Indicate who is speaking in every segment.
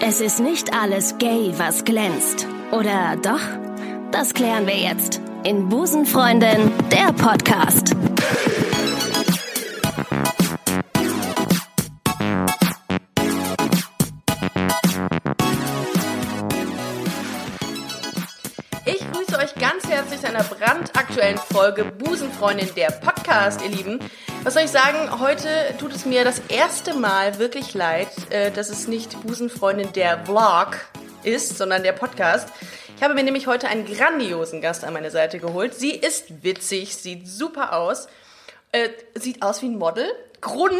Speaker 1: Es ist nicht alles gay, was glänzt. Oder doch? Das klären wir jetzt in Busenfreundin, der Podcast.
Speaker 2: Ich grüße euch ganz herzlich zu einer brandaktuellen Folge Busenfreundin der Podcast, ihr Lieben. Was soll ich sagen? Heute tut es mir das erste Mal wirklich leid, äh, dass es nicht Busenfreundin der Vlog ist, sondern der Podcast. Ich habe mir nämlich heute einen grandiosen Gast an meine Seite geholt. Sie ist witzig, sieht super aus, äh, sieht aus wie ein Model. Grund,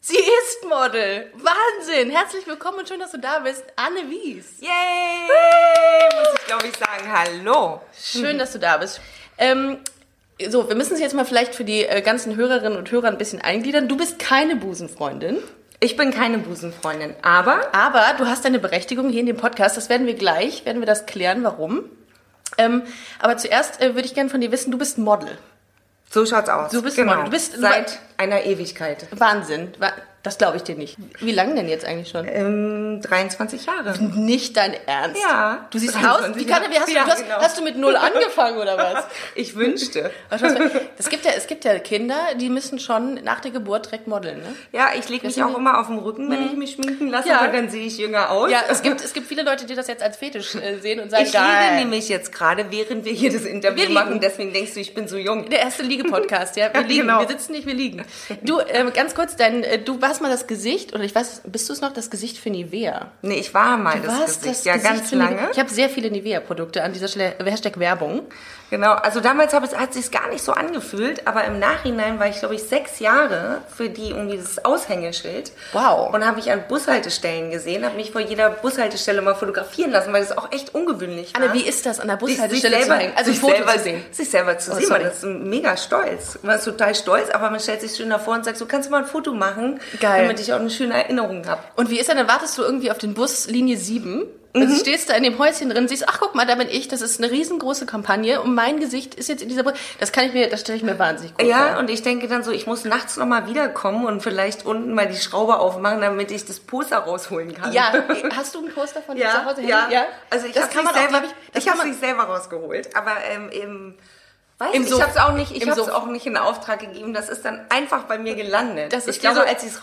Speaker 2: sie ist Model. Wahnsinn! Herzlich willkommen und schön, dass du da bist, Anne Wies.
Speaker 3: Yay! Muss ich glaube ich sagen, hallo. Mhm.
Speaker 2: Schön, dass du da bist. Ähm, so, wir müssen es jetzt mal vielleicht für die äh, ganzen Hörerinnen und Hörer ein bisschen eingliedern. Du bist keine Busenfreundin,
Speaker 3: Ich bin keine Busenfreundin, aber
Speaker 2: aber du hast deine Berechtigung hier in dem Podcast. Das werden wir gleich, werden wir das klären, warum. Ähm, aber zuerst äh, würde ich gerne von dir wissen, du bist Model.
Speaker 3: so schaut's aus. Genau.
Speaker 2: Du bist Model. Du bist-
Speaker 3: seit einer Ewigkeit.
Speaker 2: Wahnsinn. Wa- Das glaube ich dir nicht. Wie lange denn jetzt eigentlich schon?
Speaker 3: Ähm, 23 Jahre.
Speaker 2: Nicht dein Ernst.
Speaker 3: Ja.
Speaker 2: Du siehst aus.
Speaker 3: 23
Speaker 2: Wie kann, wie hast, du,
Speaker 3: Ja,
Speaker 2: du hast,
Speaker 3: genau.
Speaker 2: hast du mit null angefangen oder was?
Speaker 3: Ich wünschte.
Speaker 2: Was- was- Es gibt ja, es gibt ja Kinder, die müssen schon nach der Geburt direkt modeln. Ne?
Speaker 3: Ja, ich lege mich auch immer auf den Rücken, wenn ich mich schminken lasse,
Speaker 2: Hm. Ja.
Speaker 3: weil dann sehe ich jünger aus.
Speaker 2: Ja, es gibt, es gibt viele Leute, die das jetzt als Fetisch äh, sehen und sagen,
Speaker 3: ich
Speaker 2: geil.
Speaker 3: liege nämlich jetzt gerade, während wir hier das Interview
Speaker 2: Wir liegen.
Speaker 3: machen, deswegen denkst du, ich bin so jung.
Speaker 2: der erste Liege-Podcast, ja. Wir
Speaker 3: Ja,
Speaker 2: liegen,
Speaker 3: genau.
Speaker 2: wir sitzen nicht, wir liegen. Du, ähm, ganz kurz, dein, äh, du warst mal das Gesicht, oder ich weiß, bist du es noch, das Gesicht für Nivea?
Speaker 3: Nee, ich war mal das
Speaker 2: warst
Speaker 3: Gesicht. ja, ganz
Speaker 2: für
Speaker 3: lange.
Speaker 2: Nivea. Ich habe sehr viele Nivea-Produkte an dieser Stelle, äh, Hashtag Werbung.
Speaker 3: Genau, also damals hab es, hat sich gar nicht so angefühlt, aber im Nachhinein war ich, glaube ich, sechs Jahre für die irgendwie dieses Aushängeschild.
Speaker 2: Wow.
Speaker 3: Und habe mich an Bushaltestellen gesehen, habe mich vor jeder Bushaltestelle mal fotografieren lassen, weil das auch echt ungewöhnlich war.
Speaker 2: Anne, wie ist das, an der Bushaltestelle
Speaker 3: Sich- sich
Speaker 2: zu hängen? Also ein
Speaker 3: sich
Speaker 2: Foto
Speaker 3: selber,
Speaker 2: zu sehen.
Speaker 3: Sich selber zu
Speaker 2: Oh,
Speaker 3: sehen,
Speaker 2: sorry.
Speaker 3: man ist mega stolz. Man ist total stolz, aber man stellt sich schön davor und sagt so, kannst du mal ein Foto machen?
Speaker 2: Geil.
Speaker 3: Damit ich auch eine schöne Erinnerung habe.
Speaker 2: Und wie ist dann, dann wartest du irgendwie auf den Bus Linie 7, dann stehst du in dem Häuschen drin, siehst, ach guck mal, da bin ich, das ist eine riesengroße Kampagne und mein Gesicht ist jetzt in dieser Brille. Das kann ich mir, das stelle ich mir wahnsinnig gut vor.
Speaker 3: Ja, und ich denke dann so, ich muss nachts nochmal wiederkommen und vielleicht unten mal die Schraube aufmachen, damit ich das Poster rausholen kann.
Speaker 2: Ja, äh, hast du ein Poster von dir zu Hause? hängen?
Speaker 3: Also ich
Speaker 2: das
Speaker 3: hab's
Speaker 2: kann
Speaker 3: nicht
Speaker 2: man auch,
Speaker 3: selber,
Speaker 2: glaub ich, das
Speaker 3: ich
Speaker 2: kann
Speaker 3: hab's
Speaker 2: man,
Speaker 3: nicht selber rausgeholt, aber ähm, im, weiß
Speaker 2: Im
Speaker 3: ich,
Speaker 2: Sof-
Speaker 3: ich hab's auch nicht, ich
Speaker 2: im
Speaker 3: hab's
Speaker 2: Sof-
Speaker 3: auch nicht in Auftrag gegeben, das ist dann einfach bei mir gelandet.
Speaker 2: Das ist
Speaker 3: ich glaube,
Speaker 2: dir so-
Speaker 3: als sie es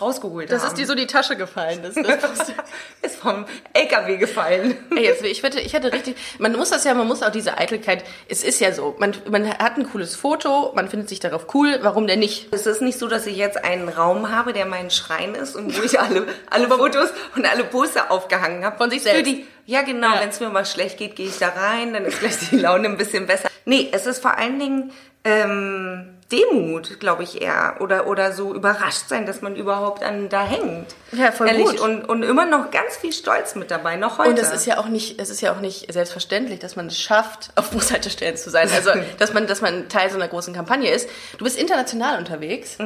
Speaker 3: rausgeholt
Speaker 2: das
Speaker 3: haben.
Speaker 2: ist dir so die Tasche gefallen. Das, das Poster.
Speaker 3: ist vom LKW gefallen.
Speaker 2: Ey, jetzt, ich, hätte, ich hätte richtig, man muss das ja, man muss auch diese Eitelkeit, es ist ja so, man, man hat ein cooles Foto, man findet sich darauf cool, warum denn nicht?
Speaker 3: Es ist nicht so, dass ich jetzt einen Raum habe, der mein Schrein ist und wo ich alle, alle Fotos und alle Poster aufgehangen habe.
Speaker 2: Von sich
Speaker 3: Für
Speaker 2: selbst.
Speaker 3: die, ja, genau.
Speaker 2: Ja.
Speaker 3: Wenn es mir mal schlecht geht, gehe ich da rein, dann ist vielleicht die Laune ein bisschen besser. Nee, es ist vor allen Dingen ähm, Demut, glaube ich eher. Oder, oder so überrascht sein, dass man überhaupt an da hängt.
Speaker 2: Ja, voll
Speaker 3: Ehrlich.
Speaker 2: gut.
Speaker 3: Und, und immer noch ganz viel Stolz mit dabei, noch heute.
Speaker 2: Und es ist ja auch nicht, es ist ja auch nicht selbstverständlich, dass man es schafft, auf Bushaltestellen zu sein. Also, dass man, dass man Teil so einer großen Kampagne ist. Du bist international unterwegs.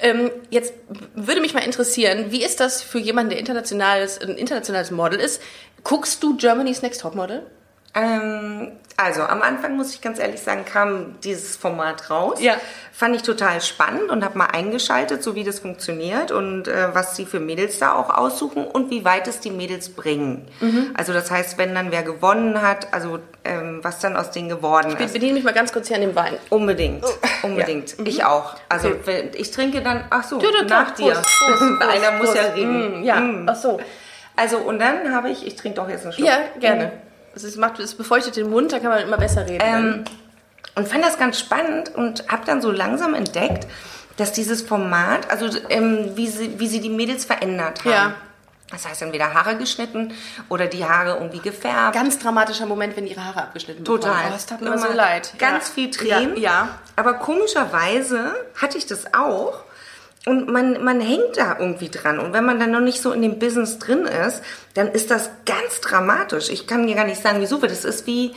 Speaker 2: Ähm, jetzt würde mich mal interessieren, wie ist das für jemanden, der internationales, ein internationales Model ist? Guckst du Germany's Next Topmodel?
Speaker 3: Ähm, also am Anfang muss ich ganz ehrlich sagen, kam dieses Format raus.
Speaker 2: Ja.
Speaker 3: Fand ich total spannend und habe mal eingeschaltet, so wie das funktioniert und äh, was sie für Mädels da auch aussuchen und wie weit es die Mädels bringen.
Speaker 2: Mhm.
Speaker 3: Also das heißt, wenn dann wer gewonnen hat, also ähm, was dann aus denen geworden
Speaker 2: Ich
Speaker 3: ist.
Speaker 2: bediene mich mal ganz kurz hier an dem Wein.
Speaker 3: Unbedingt,
Speaker 2: Oh.
Speaker 3: unbedingt.
Speaker 2: Mhm.
Speaker 3: Ich auch. Also wenn- ich trinke dann, ach so,
Speaker 2: Du, du,
Speaker 3: nach
Speaker 2: Prost,
Speaker 3: dir.
Speaker 2: Prost, Prost,
Speaker 3: Einer
Speaker 2: Prost,
Speaker 3: muss ja
Speaker 2: Prost.
Speaker 3: reden.
Speaker 2: Mm, ja,
Speaker 3: Mm.
Speaker 2: ach so.
Speaker 3: Also und dann habe ich, ich trinke doch jetzt einen Schluck.
Speaker 2: Ja, gerne. Es, ist, macht, es befeuchtet den Mund, da kann man immer besser reden.
Speaker 3: Ähm, und fand das ganz spannend und habe dann so langsam entdeckt, dass dieses Format, also ähm, wie, sie, wie sie die Mädels verändert haben.
Speaker 2: Ja.
Speaker 3: Das heißt, entweder Haare geschnitten oder die Haare irgendwie gefärbt.
Speaker 2: ganz dramatischer Moment, wenn ihre Haare abgeschnitten
Speaker 3: Total.
Speaker 2: wurden. Oh, es tat mir
Speaker 3: Immer
Speaker 2: so leid.
Speaker 3: Ganz
Speaker 2: Ja.
Speaker 3: viel Tränen.
Speaker 2: Ja. ja.
Speaker 3: Aber komischerweise hatte ich das auch. Und man, man hängt da irgendwie dran. Und wenn man dann noch nicht so in dem Business drin ist, dann ist das ganz dramatisch. Ich kann dir gar nicht sagen, wieso, weil das ist wie,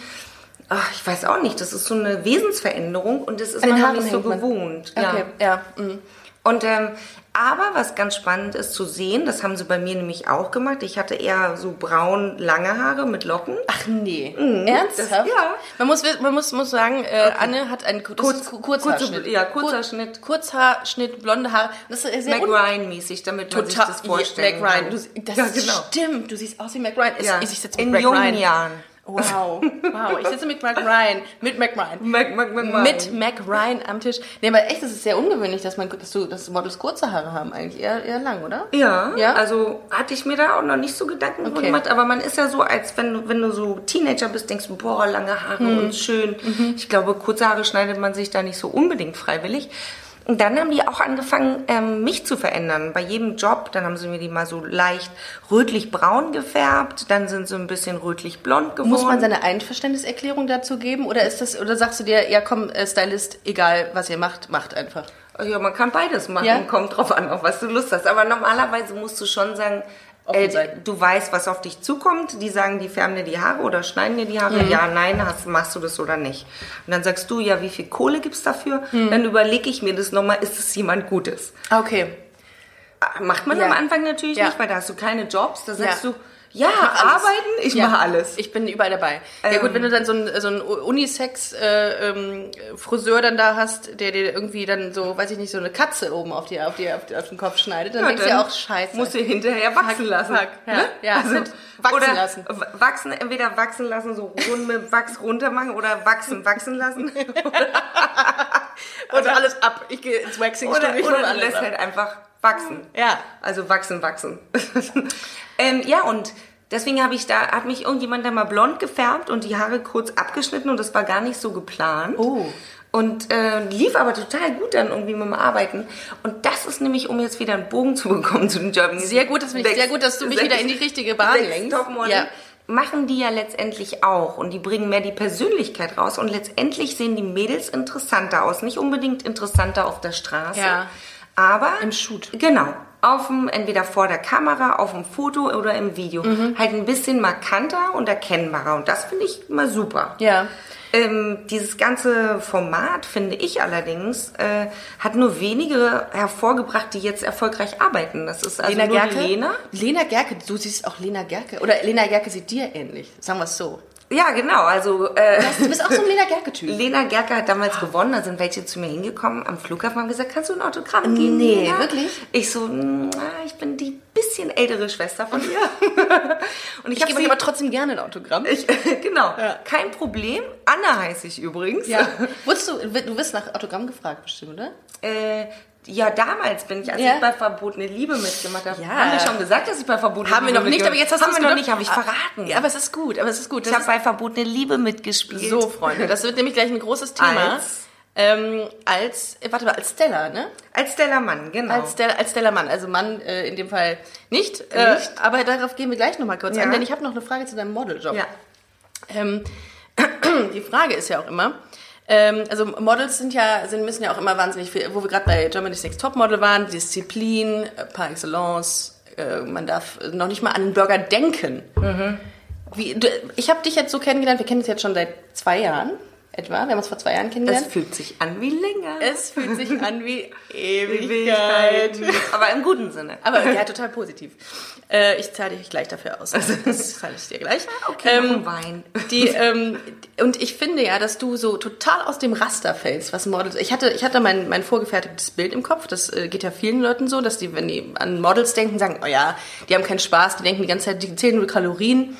Speaker 3: ach, ich weiß auch nicht, das ist so eine Wesensveränderung und das ist
Speaker 2: An den
Speaker 3: man noch
Speaker 2: Haaren
Speaker 3: nicht so
Speaker 2: hängt man.
Speaker 3: gewohnt.
Speaker 2: Okay, ja. mm.
Speaker 3: Und ähm, aber was ganz spannend ist zu sehen, das haben sie bei mir nämlich auch gemacht. Ich hatte eher so braun lange Haare mit Locken.
Speaker 2: Ach nee. Mm. Ernsthaft?
Speaker 3: das- ja.
Speaker 2: Man muss, man muss, muss sagen, äh, Anne hat einen das
Speaker 3: Kurz-
Speaker 2: ist Ku- Kurzhaarschnitt.
Speaker 3: kurze- ja, kurzer Schnitt.
Speaker 2: Kurzhaarschnitt, blonde Haare. Das ist sehr
Speaker 3: Mac
Speaker 2: un-
Speaker 3: Ryan mäßig, damit man sich das
Speaker 2: Ja,
Speaker 3: vorstellen
Speaker 2: Mac Ryan.
Speaker 3: kann.
Speaker 2: Du, sie- das
Speaker 3: ja, genau.
Speaker 2: stimmt. Du siehst aus wie Mac Ryan. Es-
Speaker 3: Ja.
Speaker 2: Ich, ich sitze mit
Speaker 3: In
Speaker 2: Mac
Speaker 3: jungen
Speaker 2: Ryan.
Speaker 3: Jahren.
Speaker 2: Wow. Wow. Ich sitze mit Mac Ryan. Mit Mac Ryan.
Speaker 3: Mac, Mac, Mac, Ryan.
Speaker 2: Mit Mac Ryan am Tisch. Nee, aber echt, das ist sehr ungewöhnlich, dass man, dass du, dass Models kurze Haare haben eigentlich. Eher, eher lang, oder?
Speaker 3: Ja,
Speaker 2: Ja?
Speaker 3: also hatte ich mir da auch noch nicht so Gedanken drüber
Speaker 2: Okay.
Speaker 3: gemacht, aber man ist ja so, als wenn du, wenn du so Teenager bist, denkst du, boah, lange Haare und schön. Ich glaube, kurze Haare schneidet man sich da nicht so unbedingt freiwillig. Und dann haben die auch angefangen, ähm, mich zu verändern. Bei jedem Job, dann haben sie mir die mal so leicht rötlich-braun gefärbt, dann sind sie ein bisschen rötlich-blond geworden.
Speaker 2: Muss man seine Einverständniserklärung dazu geben oder ist das oder sagst du dir, ja komm, äh, Stylist, egal was ihr macht, macht einfach.
Speaker 3: Ja, man kann beides machen,
Speaker 2: Ja?
Speaker 3: kommt drauf an, auf was du Lust hast. Aber normalerweise musst du schon sagen,
Speaker 2: Offen
Speaker 3: äh,
Speaker 2: sein.
Speaker 3: du weißt, was auf dich zukommt. Die sagen, die färben dir die Haare oder schneiden dir die
Speaker 2: Mhm.
Speaker 3: Haare. Ja, nein, hast, machst du das oder nicht. Und dann sagst du, ja, wie viel Kohle gibt's dafür?
Speaker 2: Mhm.
Speaker 3: Dann überlege ich mir das nochmal, ist es jemand Gutes?
Speaker 2: Ah, Okay.
Speaker 3: Äh, Macht man
Speaker 2: Ja.
Speaker 3: am Anfang natürlich
Speaker 2: Ja.
Speaker 3: nicht, weil da hast du keine Jobs. Da sagst
Speaker 2: Ja.
Speaker 3: du, ja,
Speaker 2: alles.
Speaker 3: arbeiten, ich mache alles.
Speaker 2: Ich Ähm. bin überall dabei. ja gut, wenn du dann so einen, so einen Unisex-Friseur äh, ähm, dann da hast, der dir irgendwie dann so, weiß ich nicht, so eine Katze oben auf, die, auf, die, auf, die, auf den Kopf schneidet, dann denkst du ja auch scheiße.
Speaker 3: Musst du hinterher wachsen lassen.
Speaker 2: fuck, ja, ja, mit wachsen
Speaker 3: wachsen oder
Speaker 2: lassen.
Speaker 3: lassen. Wachsen, entweder wachsen lassen, so rund mit Wachs runter machen oder wachsen, wachsen lassen.
Speaker 2: oder alles ab. Ich gehe ins Waxing-Studio,
Speaker 3: oder
Speaker 2: ich
Speaker 3: oder
Speaker 2: nehme
Speaker 3: du
Speaker 2: alles
Speaker 3: lässt
Speaker 2: ab.
Speaker 3: halt einfach wachsen.
Speaker 2: Ja.
Speaker 3: Also wachsen, wachsen. ähm, ja, und deswegen habe ich da, hat mich irgendjemand da mal blond gefärbt und die Haare kurz abgeschnitten und das war gar nicht so geplant.
Speaker 2: Oh.
Speaker 3: Und äh, lief aber total gut dann irgendwie mit dem Arbeiten. Und das ist nämlich, um jetzt wieder einen Bogen zu bekommen zu den Germany.
Speaker 2: Sehr gut, dass mich- sehr gut, dass du mich wieder in die richtige Bahn lenkst. Ja.
Speaker 3: Ja. Machen die ja letztendlich auch und die bringen mehr die Persönlichkeit raus und letztendlich sehen die Mädels interessanter aus. Nicht unbedingt interessanter auf der Straße,
Speaker 2: Ja.
Speaker 3: aber
Speaker 2: Im Shoot.
Speaker 3: Genau. Auf dem, entweder vor der Kamera, auf dem Foto oder im Video.
Speaker 2: Mhm.
Speaker 3: Halt ein bisschen markanter und erkennbarer. Und das finde ich immer super.
Speaker 2: Ja.
Speaker 3: Ähm, dieses ganze Format, finde ich allerdings, äh, hat nur wenige hervorgebracht, die jetzt erfolgreich arbeiten. Das ist also
Speaker 2: Lena
Speaker 3: nur
Speaker 2: Gerke?
Speaker 3: die Lena.
Speaker 2: Lena Gerke, du siehst auch Lena Gerke. Oder Lena Gerke sieht dir ähnlich. Sagen wir es so.
Speaker 3: Ja, genau. Also äh,
Speaker 2: Du bist auch so ein Lena Gerke-Typ.
Speaker 3: Lena Gerke hat damals gewonnen. Da sind welche zu mir hingekommen am Flughafen und haben gesagt, kannst du ein Autogramm geben?
Speaker 2: Nee,
Speaker 3: Lena?
Speaker 2: wirklich?
Speaker 3: Ich so, na, ich bin die bisschen ältere Schwester von ihr. und
Speaker 2: Ich
Speaker 3: hab
Speaker 2: gebe euch aber trotzdem gerne ein Autogramm.
Speaker 3: Ich, genau, kein Problem. Anna heiße ich übrigens.
Speaker 2: ja. Wurdest du, du wirst nach Autogramm gefragt bestimmt, oder?
Speaker 3: Äh, ja, damals bin ich, als
Speaker 2: Ja.
Speaker 3: ich bei Verbotene Liebe mitgemacht habe.
Speaker 2: Ja.
Speaker 3: Haben wir schon gesagt, dass ich bei Verbotene
Speaker 2: Haben wir
Speaker 3: Liebe
Speaker 2: noch nicht,
Speaker 3: mitgemacht
Speaker 2: aber jetzt hast du
Speaker 3: Haben
Speaker 2: es
Speaker 3: wir noch
Speaker 2: gedacht.
Speaker 3: nicht, habe ich verraten.
Speaker 2: Ja, aber es ist gut, aber es ist gut.
Speaker 3: ich
Speaker 2: Das
Speaker 3: habe bei Verbotene Liebe mitgespielt.
Speaker 2: ist so, Freunde, das wird nämlich gleich ein großes Thema.
Speaker 3: Als?
Speaker 2: Ähm, als, äh, warte mal, als Stella, ne?
Speaker 3: Als Stella Mann, genau.
Speaker 2: Als Stella, als Stella Mann, also Mann äh, in dem Fall nicht. Äh, Aber darauf gehen wir gleich nochmal kurz
Speaker 3: Ja.
Speaker 2: ein, denn ich habe noch eine Frage zu deinem Modeljob.
Speaker 3: ja.
Speaker 2: Ähm, die Frage ist ja auch immer, ähm, also Models sind ja, sind, müssen ja auch immer wahnsinnig viel, wo wir gerade bei Germany's Next Topmodel waren, Disziplin, äh, par excellence, äh, man darf äh, noch nicht mal an einen Burger denken. Wie, du, ich habe dich jetzt so kennengelernt, wir kennen uns jetzt schon seit zwei Jahren etwa, wir haben uns vor zwei Jahren
Speaker 3: Es
Speaker 2: kennengelernt.
Speaker 3: fühlt sich an wie länger.
Speaker 2: Es fühlt sich an wie Ewigkeit.
Speaker 3: Ewigkeiten. Aber im guten Sinne.
Speaker 2: Aber ja, total positiv. Äh, ich zahle dich gleich dafür aus. Das zahle ich dir gleich.
Speaker 3: okay,
Speaker 2: Ähm,
Speaker 3: noch ein Wein.
Speaker 2: die, ähm, und ich finde ja, dass du so total aus dem Raster fällst, was Models. Ich hatte, ich hatte mein, mein vorgefertigtes Bild im Kopf. Das äh, geht ja vielen Leuten so, dass die, wenn die an Models denken, sagen, oh ja, die haben keinen Spaß, die denken die ganze Zeit, die zählen nur Kalorien.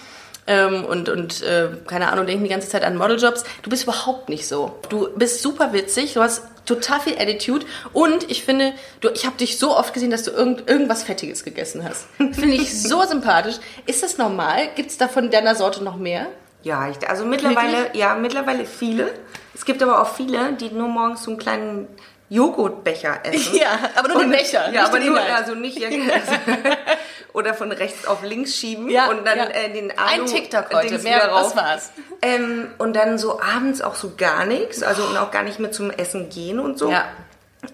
Speaker 2: Ähm, und und äh, keine Ahnung, denken die ganze Zeit an Modeljobs. Du bist überhaupt nicht so. Du bist super witzig, du hast total viel Attitude und ich finde, du, ich habe dich so oft gesehen, dass du irgend, irgendwas Fettiges gegessen hast. Finde ich so sympathisch. Ist das normal? Gibt es da von deiner Sorte noch mehr?
Speaker 3: Ja, ich, also mittlerweile,
Speaker 2: Wirklich?
Speaker 3: ja, mittlerweile viele. Es gibt aber auch viele, die nur morgens so einen kleinen Joghurtbecher essen.
Speaker 2: Ja, aber nur den Becher,
Speaker 3: Ja,
Speaker 2: nicht
Speaker 3: aber
Speaker 2: den
Speaker 3: nur,
Speaker 2: Inhalt.
Speaker 3: also nicht oder von rechts auf links schieben
Speaker 2: Ja,
Speaker 3: und dann
Speaker 2: ja.
Speaker 3: äh, den Alu
Speaker 2: Ein TikTok heute,
Speaker 3: Dings
Speaker 2: mehr,
Speaker 3: wieder rauf.
Speaker 2: das war's.
Speaker 3: Ähm, und dann so abends auch so gar nichts, also und auch gar nicht mehr zum Essen gehen und so.
Speaker 2: Ja.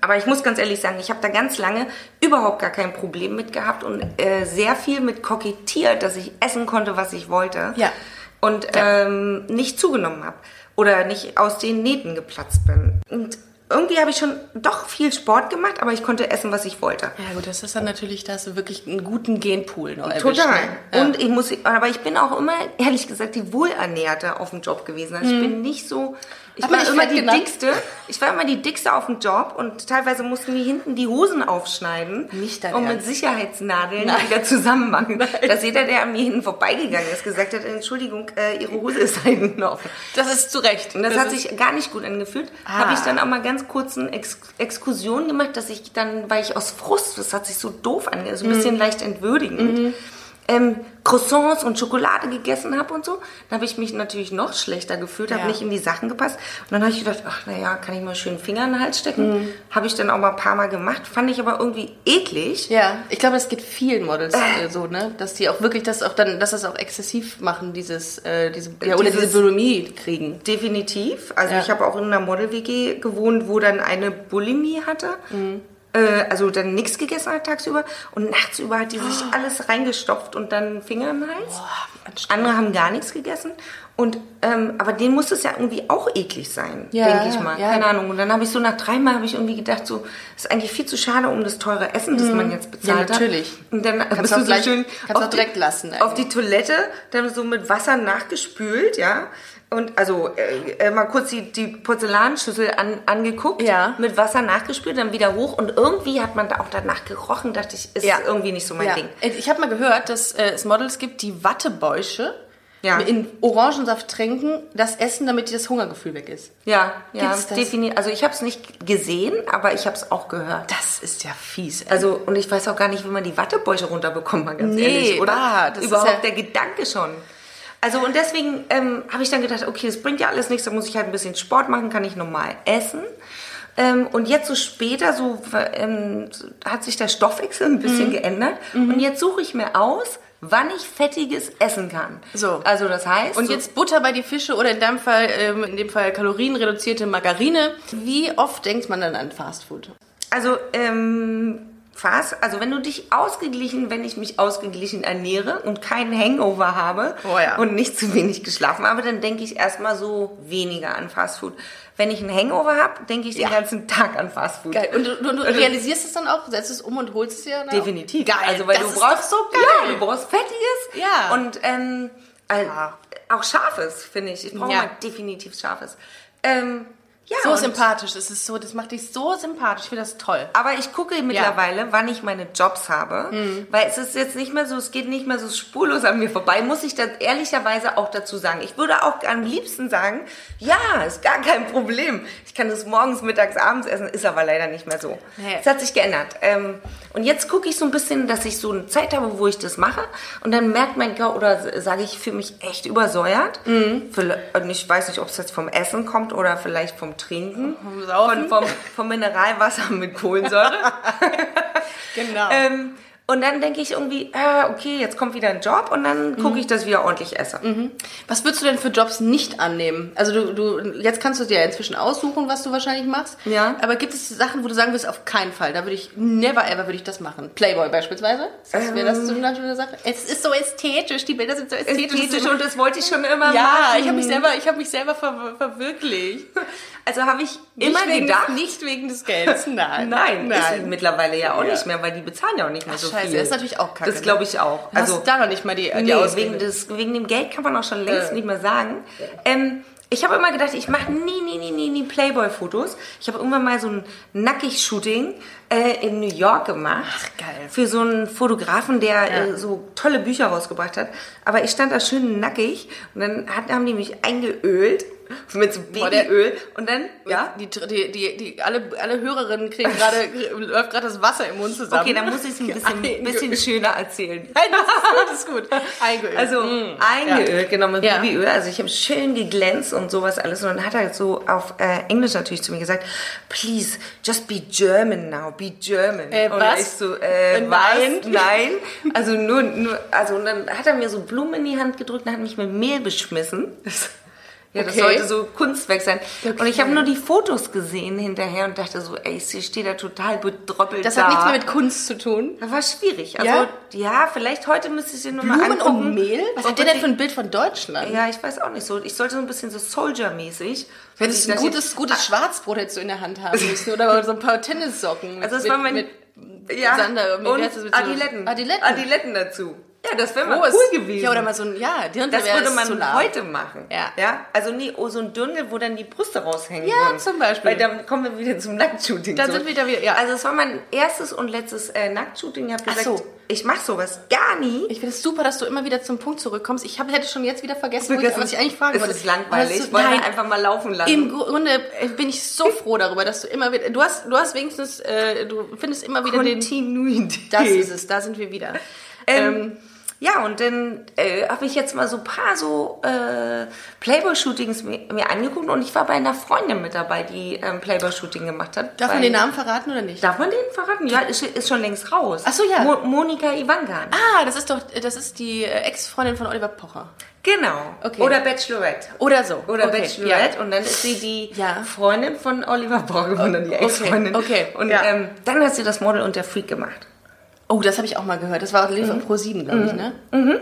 Speaker 3: Aber ich muss ganz ehrlich sagen, ich habe da ganz lange überhaupt gar kein Problem mit gehabt und äh, sehr viel mit kokettiert, dass ich essen konnte, was ich wollte.
Speaker 2: Ja.
Speaker 3: Und ähm, nicht zugenommen habe oder nicht aus den Nähten geplatzt bin. Und irgendwie habe ich schon doch viel Sport gemacht, aber ich konnte essen, was ich wollte.
Speaker 2: Ja gut, das ist dann natürlich, da hast du wirklich einen guten Genpool noch erwischt,
Speaker 3: Total.
Speaker 2: ne? Ja.
Speaker 3: Und ich muss, aber ich bin auch immer, ehrlich gesagt, die Wohlernährte auf dem Job gewesen. Also
Speaker 2: Mhm.
Speaker 3: ich bin nicht so, ich
Speaker 2: Hat man
Speaker 3: war
Speaker 2: dich
Speaker 3: immer
Speaker 2: fett
Speaker 3: die
Speaker 2: genannt?
Speaker 3: dickste. Ich war immer die dickste auf dem Job und teilweise mussten wir hinten die Hosen aufschneiden
Speaker 2: Nicht dein
Speaker 3: und mit
Speaker 2: Ernst.
Speaker 3: Sicherheitsnadeln wieder zusammen machen. Dass jeder, der an mir hinten vorbeigegangen ist, gesagt hat, Entschuldigung, äh, Ihre Hose ist da hinten offen.
Speaker 2: das ist zu Recht.
Speaker 3: Und das, hat
Speaker 2: ist-
Speaker 3: sich gar nicht gut angefühlt.
Speaker 2: Ah.
Speaker 3: Habe ich dann auch mal ganz kurz eine Ex Exkursion gemacht, dass ich dann, weil ich aus Frust, das hat sich so doof angehört, so ein
Speaker 2: Mhm.
Speaker 3: bisschen leicht entwürdigend, ähm, Croissants und Schokolade gegessen habe und so. Dann habe ich mich natürlich noch schlechter gefühlt, habe
Speaker 2: Ja.
Speaker 3: nicht in die Sachen gepasst. Und dann habe ich gedacht, ach naja, kann ich mal schön den Finger in den Hals stecken.
Speaker 2: Mhm.
Speaker 3: Habe ich dann auch mal ein paar Mal gemacht, fand ich aber irgendwie eklig.
Speaker 2: Ja, ich glaube, das geht vielen Models äh, so, ne? Dass die auch wirklich das auch dann, dass das auch exzessiv machen, dieses, äh, diese, ja, oder
Speaker 3: Dieses-
Speaker 2: diese Bulimie kriegen.
Speaker 3: Definitiv. Also
Speaker 2: Ja.
Speaker 3: ich habe auch in einer Model-WG gewohnt, wo dann eine Bulimie hatte. Äh, also dann nichts gegessen hat tagsüber. Und nachts über hat die sich alles reingestopft und dann Finger im Hals.
Speaker 2: anstrengend.
Speaker 3: Andere haben gar nichts gegessen. Und, ähm, aber denen muss es ja irgendwie auch eklig sein,
Speaker 2: Ja,
Speaker 3: denke ich mal.
Speaker 2: ja.
Speaker 3: Keine Ahnung. Und dann habe ich so nach dreimal habe ich irgendwie gedacht, so, ist eigentlich viel zu schade um das teure Essen, das man jetzt bezahlt
Speaker 2: Mhm. natürlich.
Speaker 3: hat. Und dann bist
Speaker 2: auch
Speaker 3: du so
Speaker 2: gleich-
Speaker 3: schön
Speaker 2: kannst
Speaker 3: auf
Speaker 2: auch direkt lassen
Speaker 3: Auf die Toilette, dann so mit Wasser nachgespült, ja. Und also äh, äh, mal kurz die, die Porzellanschüssel an, angeguckt,
Speaker 2: Ja.
Speaker 3: mit Wasser nachgespült, dann wieder hoch. Und irgendwie hat man da auch danach gerochen, dachte ich, ist
Speaker 2: Ja.
Speaker 3: irgendwie nicht so mein
Speaker 2: ja.
Speaker 3: Ding.
Speaker 2: Äh, Ich habe mal gehört, dass äh, es Models gibt, die Wattebäusche
Speaker 3: Ja.
Speaker 2: in Orangensaft tränken, das essen, damit das Hungergefühl weg ist.
Speaker 3: Ja, ja,
Speaker 2: Gibt's das?
Speaker 3: definitiv. Also ich habe es nicht gesehen, aber ich habe es auch gehört.
Speaker 2: Das ist ja fies. Ey.
Speaker 3: Also und ich weiß auch gar nicht, wie man die Wattebäusche runterbekommt, mal ganz
Speaker 2: Nee,
Speaker 3: ehrlich, oder?
Speaker 2: wahr, das ist
Speaker 3: Überhaupt
Speaker 2: ja-
Speaker 3: der Gedanke schon. Also und deswegen ähm, habe ich dann gedacht, okay, das bringt ja alles nichts, da muss ich halt ein bisschen Sport machen, kann ich normal essen. Ähm, und jetzt so später, so ähm, hat sich der Stoffwechsel ein
Speaker 2: Mhm.
Speaker 3: bisschen geändert und jetzt suche ich mir aus, wann ich fettiges essen kann.
Speaker 2: So.
Speaker 3: Also das heißt.
Speaker 2: Und
Speaker 3: so-
Speaker 2: jetzt Butter bei die Fische oder in deinem Fall, ähm, in dem Fall kalorienreduzierte Margarine. Wie oft denkt man dann an Fastfood?
Speaker 3: Also, ähm, Fast, also wenn du dich ausgeglichen, wenn ich mich ausgeglichen ernähre und keinen Hangover habe
Speaker 2: Oh ja.
Speaker 3: und nicht zu wenig geschlafen habe, dann denke ich erstmal so weniger an Fastfood. Wenn ich einen Hangover habe, denke ich den ganzen Tag an Fastfood.
Speaker 2: Geil. Und du, du, du realisierst es dann auch, setzt es um und holst es dir dann auch?
Speaker 3: Definitiv.
Speaker 2: Geil.
Speaker 3: Also weil
Speaker 2: das
Speaker 3: du
Speaker 2: ist
Speaker 3: brauchst
Speaker 2: doch so geil.
Speaker 3: Ja, du brauchst fettiges.
Speaker 2: Ja.
Speaker 3: Und ähm, äh, auch scharfes finde ich. Ich brauche
Speaker 2: Ja.
Speaker 3: mal definitiv scharfes. Ähm, ja.
Speaker 2: So
Speaker 3: und-
Speaker 2: sympathisch. Es ist so, das macht dich so sympathisch. Ich finde das toll.
Speaker 3: Aber ich gucke mittlerweile, wann ich meine Jobs habe, weil es ist jetzt nicht mehr so, es geht nicht mehr so spurlos an mir vorbei, muss ich das ehrlicherweise auch dazu sagen. Ich würde auch am liebsten sagen, ja, ist gar kein Problem. Ich kann das morgens, mittags, abends essen, ist aber leider nicht mehr so.
Speaker 2: Nee.
Speaker 3: Es hat sich geändert. Ähm, und jetzt gucke ich so ein bisschen, dass ich so eine Zeit habe, wo ich das mache und dann merkt mein Körper, oder sage ich, fühle mich echt übersäuert. Vielleicht- Und ich weiß nicht, ob es jetzt vom Essen kommt oder vielleicht vom Trinken.
Speaker 2: Vom Saufen.
Speaker 3: Von, vom, vom Mineralwasser mit Kohlensäure.
Speaker 2: Genau.
Speaker 3: Ähm, und dann denke ich irgendwie, ah, okay, jetzt kommt wieder ein Job und dann gucke ich, dass ich wieder ordentlich esse.
Speaker 2: Was würdest du denn für Jobs nicht annehmen? Also du, du, jetzt kannst du dir ja inzwischen aussuchen, was du wahrscheinlich machst.
Speaker 3: Ja.
Speaker 2: Aber gibt es Sachen, wo du sagen würdest, auf keinen Fall, da würde ich, never ever würde ich das machen. Playboy beispielsweise. Das wäre das zum Beispiel eine Sache. Es ist so ästhetisch, die Bilder sind so Ähm. ästhetisch.
Speaker 3: Ästhetisch und das wollte ich schon immer
Speaker 2: ja,
Speaker 3: machen.
Speaker 2: ich habe mich selber, ich habe mich selber ver verwirklicht.
Speaker 3: Also habe ich immer
Speaker 2: nicht wegen
Speaker 3: gedacht.
Speaker 2: Des, nicht wegen des Geldes, nein.
Speaker 3: Nein, ist
Speaker 2: nein.
Speaker 3: mittlerweile ja auch
Speaker 2: Ja.
Speaker 3: nicht mehr, weil die bezahlen ja auch nicht mehr so
Speaker 2: Scheiße,
Speaker 3: viel.
Speaker 2: das ist natürlich auch kacke.
Speaker 3: Das glaube ich auch.
Speaker 2: Also,
Speaker 3: Also
Speaker 2: Hast du da noch nicht mal die, die
Speaker 3: nee,
Speaker 2: Ausrede?
Speaker 3: wegen, des, wegen dem Geld kann man auch schon längst
Speaker 2: Äh. Ja.
Speaker 3: nicht mehr sagen. Ähm, ich habe immer gedacht, ich mache nie, nie, nie, nie, nie Playboy-Fotos. Ich habe irgendwann mal so ein Nackig-Shooting äh, in New York gemacht.
Speaker 2: Ach, geil.
Speaker 3: Für so einen Fotografen, der
Speaker 2: Ja.
Speaker 3: äh, so tolle Bücher rausgebracht hat. Aber ich stand da schön nackig und dann hat, haben die mich eingeölt mit so
Speaker 2: der-
Speaker 3: Babyöl. Und dann, ja,
Speaker 2: Die, die, die, die, alle, alle Hörerinnen kriegen gerade, läuft gerade das Wasser im Mund zusammen.
Speaker 3: okay, dann muss ich es ein bisschen,
Speaker 2: Eingeölt.
Speaker 3: bisschen schöner erzählen.
Speaker 2: Nein, das ist gut, das ist gut. Eingeölt. Mhm.
Speaker 3: Also eingeölt, genau, mit
Speaker 2: Ja.
Speaker 3: Babyöl. Also ich habe schön geglänzt und sowas alles. Und dann hat er so auf äh, Englisch natürlich zu mir gesagt, please, just be German now, be German.
Speaker 2: Äh,
Speaker 3: und
Speaker 2: was?
Speaker 3: ich so, äh,
Speaker 2: Äh,
Speaker 3: nein,
Speaker 2: was?
Speaker 3: nein. Also nur, nur, also und dann hat er mir so Blumen in die Hand gedrückt und hat mich mit Mehl beschmissen. Ja, das
Speaker 2: Okay.
Speaker 3: sollte so Kunstwerk sein. Und ich habe nur die Fotos gesehen hinterher und dachte so, ey, ich stehe da total bedroppelt
Speaker 2: Das
Speaker 3: da.
Speaker 2: hat nichts mehr mit Kunst zu tun.
Speaker 3: Das war schwierig. Also, ja,
Speaker 2: Ja?
Speaker 3: vielleicht heute müsste ich den nochmal
Speaker 2: Blumen
Speaker 3: angucken.
Speaker 2: und Mehl? Was
Speaker 3: Ob
Speaker 2: hat der
Speaker 3: ich
Speaker 2: denn für ein Bild von Deutschland?
Speaker 3: die- Ja, ich weiß auch nicht so. Ich sollte so ein bisschen so Soldier-mäßig.
Speaker 2: Wenn es ein gutes,
Speaker 3: Ah.
Speaker 2: gutes Schwarzbrot hättest du in der Hand haben müssen oder so ein paar Tennissocken. Mit,
Speaker 3: Also, das
Speaker 2: mit,
Speaker 3: war mein.
Speaker 2: mit
Speaker 3: ja,
Speaker 2: Sander, mit- wie heißt das
Speaker 3: und
Speaker 2: mit so-
Speaker 3: Adiletten.
Speaker 2: Adiletten.
Speaker 3: Adiletten dazu. Ja, das wäre mal
Speaker 2: Rohes.
Speaker 3: cool gewesen.
Speaker 2: Ja, oder mal so ein, ja, Dirndl
Speaker 3: das
Speaker 2: wäre
Speaker 3: würde
Speaker 2: es
Speaker 3: man
Speaker 2: zu nah.
Speaker 3: heute machen.
Speaker 2: Ja.
Speaker 3: ja. Also nee, oh, so ein Dirndl, wo dann die Brüste raushängen.
Speaker 2: Ja,
Speaker 3: würden.
Speaker 2: zum Beispiel.
Speaker 3: Weil dann kommen wir wieder zum Nacktshooting.
Speaker 2: Dann
Speaker 3: zurück.
Speaker 2: sind wir da wieder- ja.
Speaker 3: Also es war mein erstes und letztes äh, Nacktshooting. Ich habe
Speaker 2: Ach
Speaker 3: gesagt,
Speaker 2: so.
Speaker 3: ich mache sowas gar nie.
Speaker 2: Ich finde es super, dass du immer wieder zum Punkt zurückkommst. Ich hab, hätte schon jetzt wieder vergessen, wo ich,
Speaker 3: Vergessen.
Speaker 2: was ich eigentlich fragen
Speaker 3: es
Speaker 2: wollte.
Speaker 3: ist langweilig.
Speaker 2: Aber es
Speaker 3: Ich
Speaker 2: ist-
Speaker 3: wollte
Speaker 2: Nein,
Speaker 3: einfach mal laufen lassen.
Speaker 2: Im Grunde äh, bin ich so froh darüber, dass du immer wieder. Du hast, du hast wenigstens, äh, du findest immer wieder den.
Speaker 3: Kontinuität.
Speaker 2: Das ist es, da sind wir wieder.
Speaker 3: Ähm, ja, und dann äh, habe ich jetzt mal so ein paar so äh, Playboy-Shootings mir, mir angeguckt und ich war bei einer Freundin mit dabei, die ähm, Playboy-Shooting gemacht hat.
Speaker 2: Darf man
Speaker 3: Weil-
Speaker 2: den Namen verraten oder nicht?
Speaker 3: Darf man den verraten? Ja, ist, ist schon längst raus.
Speaker 2: Ach so, ja.
Speaker 3: Mo Monika Ivangan.
Speaker 2: Ah, das ist doch, das ist die äh, Ex-Freundin von Oliver Pocher.
Speaker 3: Genau.
Speaker 2: Okay.
Speaker 3: Oder Bachelorette.
Speaker 2: Oder so.
Speaker 3: Oder
Speaker 2: Okay,
Speaker 3: Bachelorette. Und dann ist sie die
Speaker 2: Ja.
Speaker 3: Freundin von Oliver Borg geworden, die Ex-Freundin.
Speaker 2: okay,
Speaker 3: Und
Speaker 2: ja.
Speaker 3: ähm, dann hat sie das Model und der Freak gemacht.
Speaker 2: Oh, das habe ich auch mal gehört. Das war Oliver Pro 7, glaube ich, ne?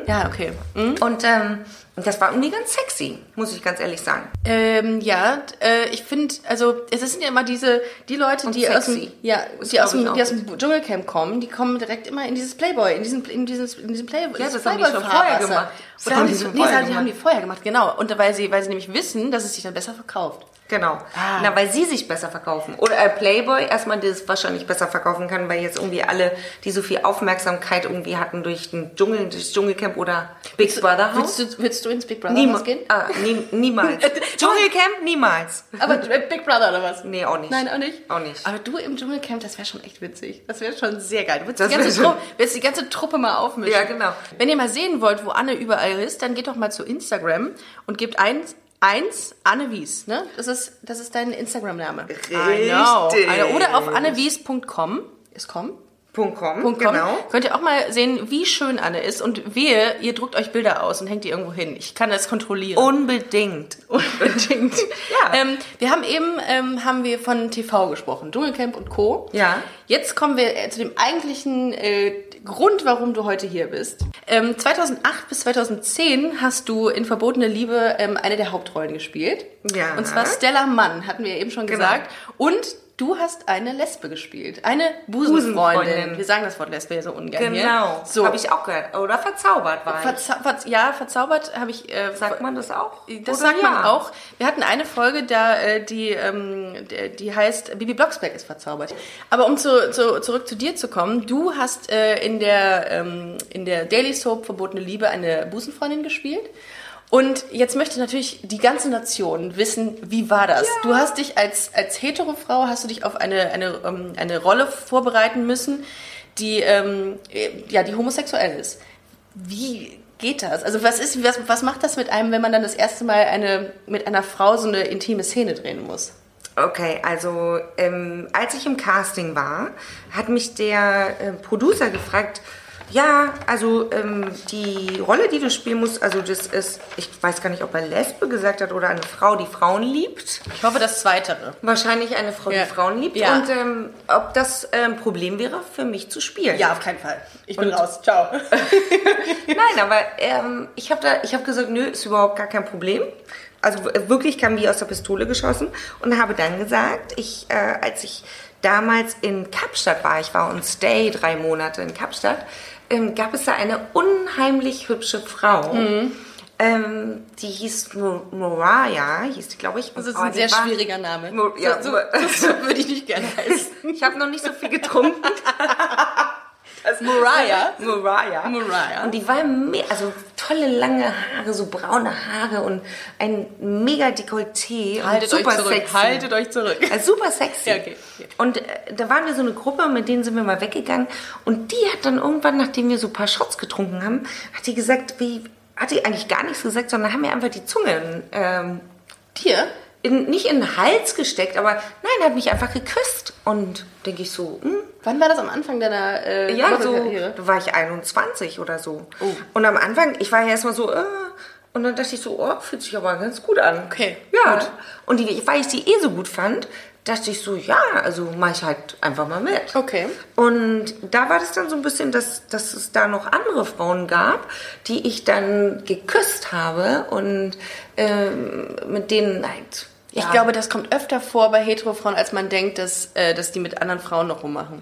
Speaker 2: Ja, okay. Mhm.
Speaker 3: Und ähm, das war irgendwie ganz sexy, muss ich ganz ehrlich sagen.
Speaker 2: Ähm, ja, d- äh, ich finde, also es sind ja immer diese die Leute, die aus dem,
Speaker 3: sexy.
Speaker 2: ja,
Speaker 3: Das
Speaker 2: die aus
Speaker 3: glaub ich
Speaker 2: dem,
Speaker 3: auch.
Speaker 2: die aus dem Dschungelcamp kommen, die kommen direkt immer in dieses Playboy, in diesen in dieses in diesen Playboy.
Speaker 3: Ja,
Speaker 2: dieses
Speaker 3: das haben die schon vorher
Speaker 2: Playboy-Fahrwasser.
Speaker 3: gemacht. Das
Speaker 2: Oder
Speaker 3: haben
Speaker 2: haben
Speaker 3: die
Speaker 2: die,
Speaker 3: schon
Speaker 2: so- nee,
Speaker 3: vorher
Speaker 2: die haben die vorher gemacht, genau. Und weil sie weil sie nämlich wissen, dass es sich dann besser verkauft.
Speaker 3: Genau.
Speaker 2: Ah.
Speaker 3: Na, weil sie sich besser verkaufen. Oder äh, Playboy erstmal das wahrscheinlich besser verkaufen kann, weil jetzt irgendwie alle, die so viel Aufmerksamkeit irgendwie hatten durch den Dschungel, durch das Dschungelcamp oder Big Brother House.
Speaker 2: Willst du, willst du ins Big Brother
Speaker 3: Niema
Speaker 2: House gehen?
Speaker 3: ah, nie, niemals. Dschungelcamp niemals.
Speaker 2: Aber äh, Big Brother oder was?
Speaker 3: Nee, auch nicht.
Speaker 2: Nein, auch nicht.
Speaker 3: Auch nicht.
Speaker 2: Aber du im Dschungelcamp, das wäre schon echt witzig. Das wäre schon sehr geil. Du würdest,
Speaker 3: Das
Speaker 2: die ganze
Speaker 3: wär schon-
Speaker 2: Truppe, würdest die ganze Truppe mal aufmischen.
Speaker 3: Ja, genau.
Speaker 2: Wenn ihr mal sehen wollt, wo Anne überall ist, dann geht doch mal zu Instagram und gebt eins, eins Anne Wies. Ne? Das, ist, das ist dein Instagram-Name. I know.
Speaker 3: Richtig.
Speaker 2: Anne- Oder auf annewies.com. Ist com?
Speaker 3: Punkt com.
Speaker 2: Punkt com.
Speaker 3: Genau.
Speaker 2: Könnt ihr auch mal sehen, wie schön Anne ist. Und wehe, ihr druckt euch Bilder aus und hängt die irgendwo hin. Ich kann das kontrollieren.
Speaker 3: Unbedingt.
Speaker 2: Unbedingt.
Speaker 3: Ja.
Speaker 2: Ähm, wir haben eben ähm, haben wir von TV gesprochen, Dschungelcamp und Co.
Speaker 3: Ja.
Speaker 2: Jetzt kommen wir äh, zu dem eigentlichen äh, Grund, warum du heute hier bist. Ähm, 2008 bis 2010 hast du in Verbotene Liebe ähm, eine der Hauptrollen gespielt.
Speaker 3: Ja.
Speaker 2: Und zwar Stella Mann, hatten wir eben schon
Speaker 3: Genau.
Speaker 2: gesagt. Und du hast eine Lesbe gespielt. Eine Busenfreundin.
Speaker 3: Busenfreundin.
Speaker 2: Wir sagen das Wort Lesbe ja so ungern hier.
Speaker 3: Genau.
Speaker 2: So.
Speaker 3: Habe ich auch gehört. Oder verzaubert war ich.
Speaker 2: Verzau verz ja, verzaubert habe ich... Äh,
Speaker 3: Sagt man das auch?
Speaker 2: das
Speaker 3: Oder
Speaker 2: sagt
Speaker 3: ja?
Speaker 2: man auch. Wir hatten eine Folge, da äh, die, ähm, d- die heißt Bibi Blocksberg ist verzaubert. Aber um zu, zu, zurück zu dir zu kommen, du hast äh, in, der, ähm, in der Daily Soap Verbotene Liebe eine Busenfreundin gespielt. Und jetzt möchte natürlich die ganze Nation wissen, wie war das? Du hast dich als, als hetero Frau, hast du dich auf eine, eine, ähm, eine Rolle vorbereiten müssen, die, ähm, äh, ja, die homosexuell ist. Wie geht das? Also was ist, was, was macht das mit einem, wenn man dann das erste Mal eine, mit einer Frau so eine intime Szene drehen muss?
Speaker 3: Okay, also ähm, als ich im Casting war, hat mich der äh, Producer gefragt, ja, also ähm, die Rolle, die du spielen musst, also das ist, ich weiß gar nicht, ob er Lesbe gesagt hat oder eine Frau, die Frauen liebt.
Speaker 2: Ich hoffe, das Zweitere.
Speaker 3: Wahrscheinlich eine Frau,
Speaker 2: Ja.
Speaker 3: die Frauen liebt.
Speaker 2: Ja.
Speaker 3: Und ähm, ob das äh, ein Problem wäre, für mich zu spielen.
Speaker 2: Ja, auf keinen Fall. Ich bin raus. Ciao.
Speaker 3: Nein, aber ähm, ich habe da, ich habe gesagt, nö, ist überhaupt gar kein Problem. Also w- wirklich kam wie aus der Pistole geschossen und habe dann gesagt, ich, äh, als ich damals in Kapstadt war, ich war on Stay drei Monate in Kapstadt, ähm, gab es da eine unheimlich hübsche Frau.
Speaker 2: Mhm.
Speaker 3: Ähm, die hieß Mo- Mariah, hieß die, glaube ich.
Speaker 2: Das Also, ist ein sehr schwieriger Name.
Speaker 3: Mo- ja,
Speaker 2: so,
Speaker 3: super.
Speaker 2: so, so würde ich nicht gerne heißen.
Speaker 3: Ich habe noch nicht so viel getrunken.
Speaker 2: Das Mariah.
Speaker 3: Mariah.
Speaker 2: Mariah.
Speaker 3: Und die war me also tolle lange Haare, so braune Haare und ein mega Dekolleté.
Speaker 2: Haltet
Speaker 3: und super
Speaker 2: euch zurück.
Speaker 3: sexy.
Speaker 2: Haltet euch zurück.
Speaker 3: Also super sexy.
Speaker 2: Ja, okay. Ja.
Speaker 3: Und äh, da waren wir so eine Gruppe, mit denen sind wir mal weggegangen. Und die hat dann irgendwann, nachdem wir so ein paar Shots getrunken haben, hat die gesagt, wie, hat die eigentlich gar nichts gesagt, sondern haben mir einfach die Zunge in, ähm,
Speaker 2: Dir?
Speaker 3: in, nicht in den Hals gesteckt, aber nein, hat mich einfach geküsst. Und denke ich so, hm,
Speaker 2: Wann war das am Anfang deiner äh,
Speaker 3: ja, so,
Speaker 2: Modelkarriere? Oh.
Speaker 3: da war ich 21 oder so. Und am Anfang, ich war ja erstmal so, äh, Und dann dachte ich so, oh, fühlt sich aber ganz gut an.
Speaker 2: Okay,
Speaker 3: Ja.
Speaker 2: gut.
Speaker 3: Und die, weil ich die eh so gut fand, dachte ich so, ja, also mach ich halt einfach mal mit.
Speaker 2: Okay.
Speaker 3: Und da war das dann so ein bisschen, dass, dass es da noch andere Frauen gab, die ich dann geküsst habe und ähm, mit denen halt.
Speaker 2: Ich
Speaker 3: ja.
Speaker 2: glaube, das kommt öfter vor bei Heterofrauen, als man denkt, dass, äh, dass die mit anderen Frauen noch rummachen.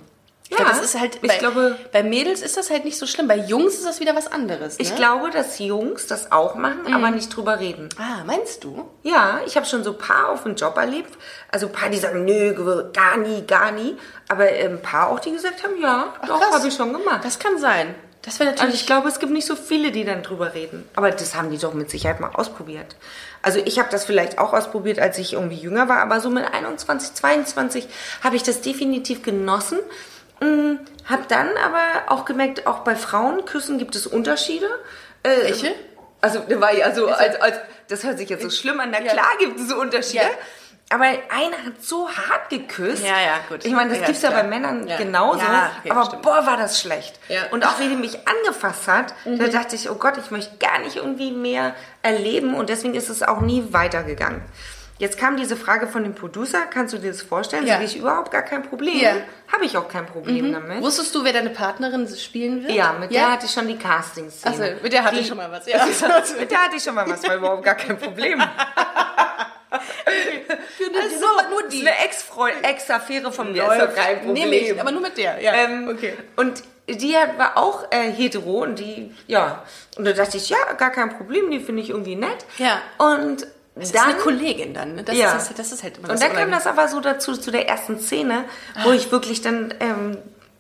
Speaker 2: Ich
Speaker 3: Ja,
Speaker 2: glaube, das ist halt
Speaker 3: ich
Speaker 2: bei,
Speaker 3: glaube-
Speaker 2: bei Mädels ist das halt nicht so schlimm. Bei Jungs ist das wieder was anderes. Ne? Mhm.
Speaker 3: Ich glaube, dass Jungs das auch machen, aber nicht drüber reden.
Speaker 2: Ah, meinst du?
Speaker 3: Ja, ich habe schon so Paar auf dem Job erlebt. Also Paar, die sagen, nö, gar nie, gar nie. Aber ähm, Paar auch, die gesagt haben, ja, doch,
Speaker 2: krass.
Speaker 3: habe ich schon gemacht.
Speaker 2: Das kann sein. Das wäre
Speaker 3: also
Speaker 2: natürlich.
Speaker 3: ich glaube, es gibt nicht so viele, die dann drüber reden. Aber das haben die doch mit Sicherheit mal ausprobiert. Also ich habe das vielleicht auch ausprobiert, als ich irgendwie jünger war, aber so mit 21, 22 habe ich das definitiv genossen. Hm, Hab dann aber auch gemerkt, auch bei Frauenküssen gibt es Unterschiede. Äh,
Speaker 2: Welche?
Speaker 3: Also, da war ja so, als, als, das hört sich jetzt so schlimm an. Na
Speaker 2: Ja.
Speaker 3: klar gibt es so Unterschiede.
Speaker 2: Ja.
Speaker 3: Aber einer hat so hart geküsst.
Speaker 2: Ja, ja, gut.
Speaker 3: Ich meine, das
Speaker 2: Ja,
Speaker 3: gibt's ja
Speaker 2: klar.
Speaker 3: bei Männern
Speaker 2: Ja.
Speaker 3: genauso.
Speaker 2: Ja, okay,
Speaker 3: aber
Speaker 2: stimmt.
Speaker 3: boah, war das schlecht.
Speaker 2: Ja.
Speaker 3: Und auch wie die mich angefasst hat,
Speaker 2: Mhm.
Speaker 3: da dachte ich, oh Gott, ich möchte gar nicht irgendwie mehr erleben und deswegen ist es auch nie weitergegangen. Jetzt kam diese Frage von dem Producer, kannst du dir das vorstellen?
Speaker 2: Ja.
Speaker 3: Sag ich überhaupt gar kein Problem.
Speaker 2: Ja. Mhm.
Speaker 3: Habe ich auch kein Problem damit.
Speaker 2: Wusstest du, wer deine Partnerin spielen wird?
Speaker 3: Also Ja, mit der hatte ich schon die Castings.
Speaker 2: Achso, mit der hatte ich schon mal was. Ja.
Speaker 3: mit der hatte ich schon mal was, war überhaupt gar kein Problem.
Speaker 2: Also, nur
Speaker 3: Ist Eine Ex-Freund, Ex-Affäre von mir ist doch kein Problem.
Speaker 2: Nehme ich, aber nur mit der. Ja.
Speaker 3: Ähm, Und die hat- war auch äh, hetero und die, ja. Und da dachte ich, ja, gar kein Problem, die finde ich irgendwie nett.
Speaker 2: Ja.
Speaker 3: Und
Speaker 2: Das ist
Speaker 3: dann.
Speaker 2: eine Kollegin dann. Ne? Das,
Speaker 3: ja.
Speaker 2: ist, das ist Ah. halt immer
Speaker 3: und dann kam
Speaker 2: Unangenehme.
Speaker 3: das aber so dazu, zu der ersten Szene, wo ich wirklich dann, ähm,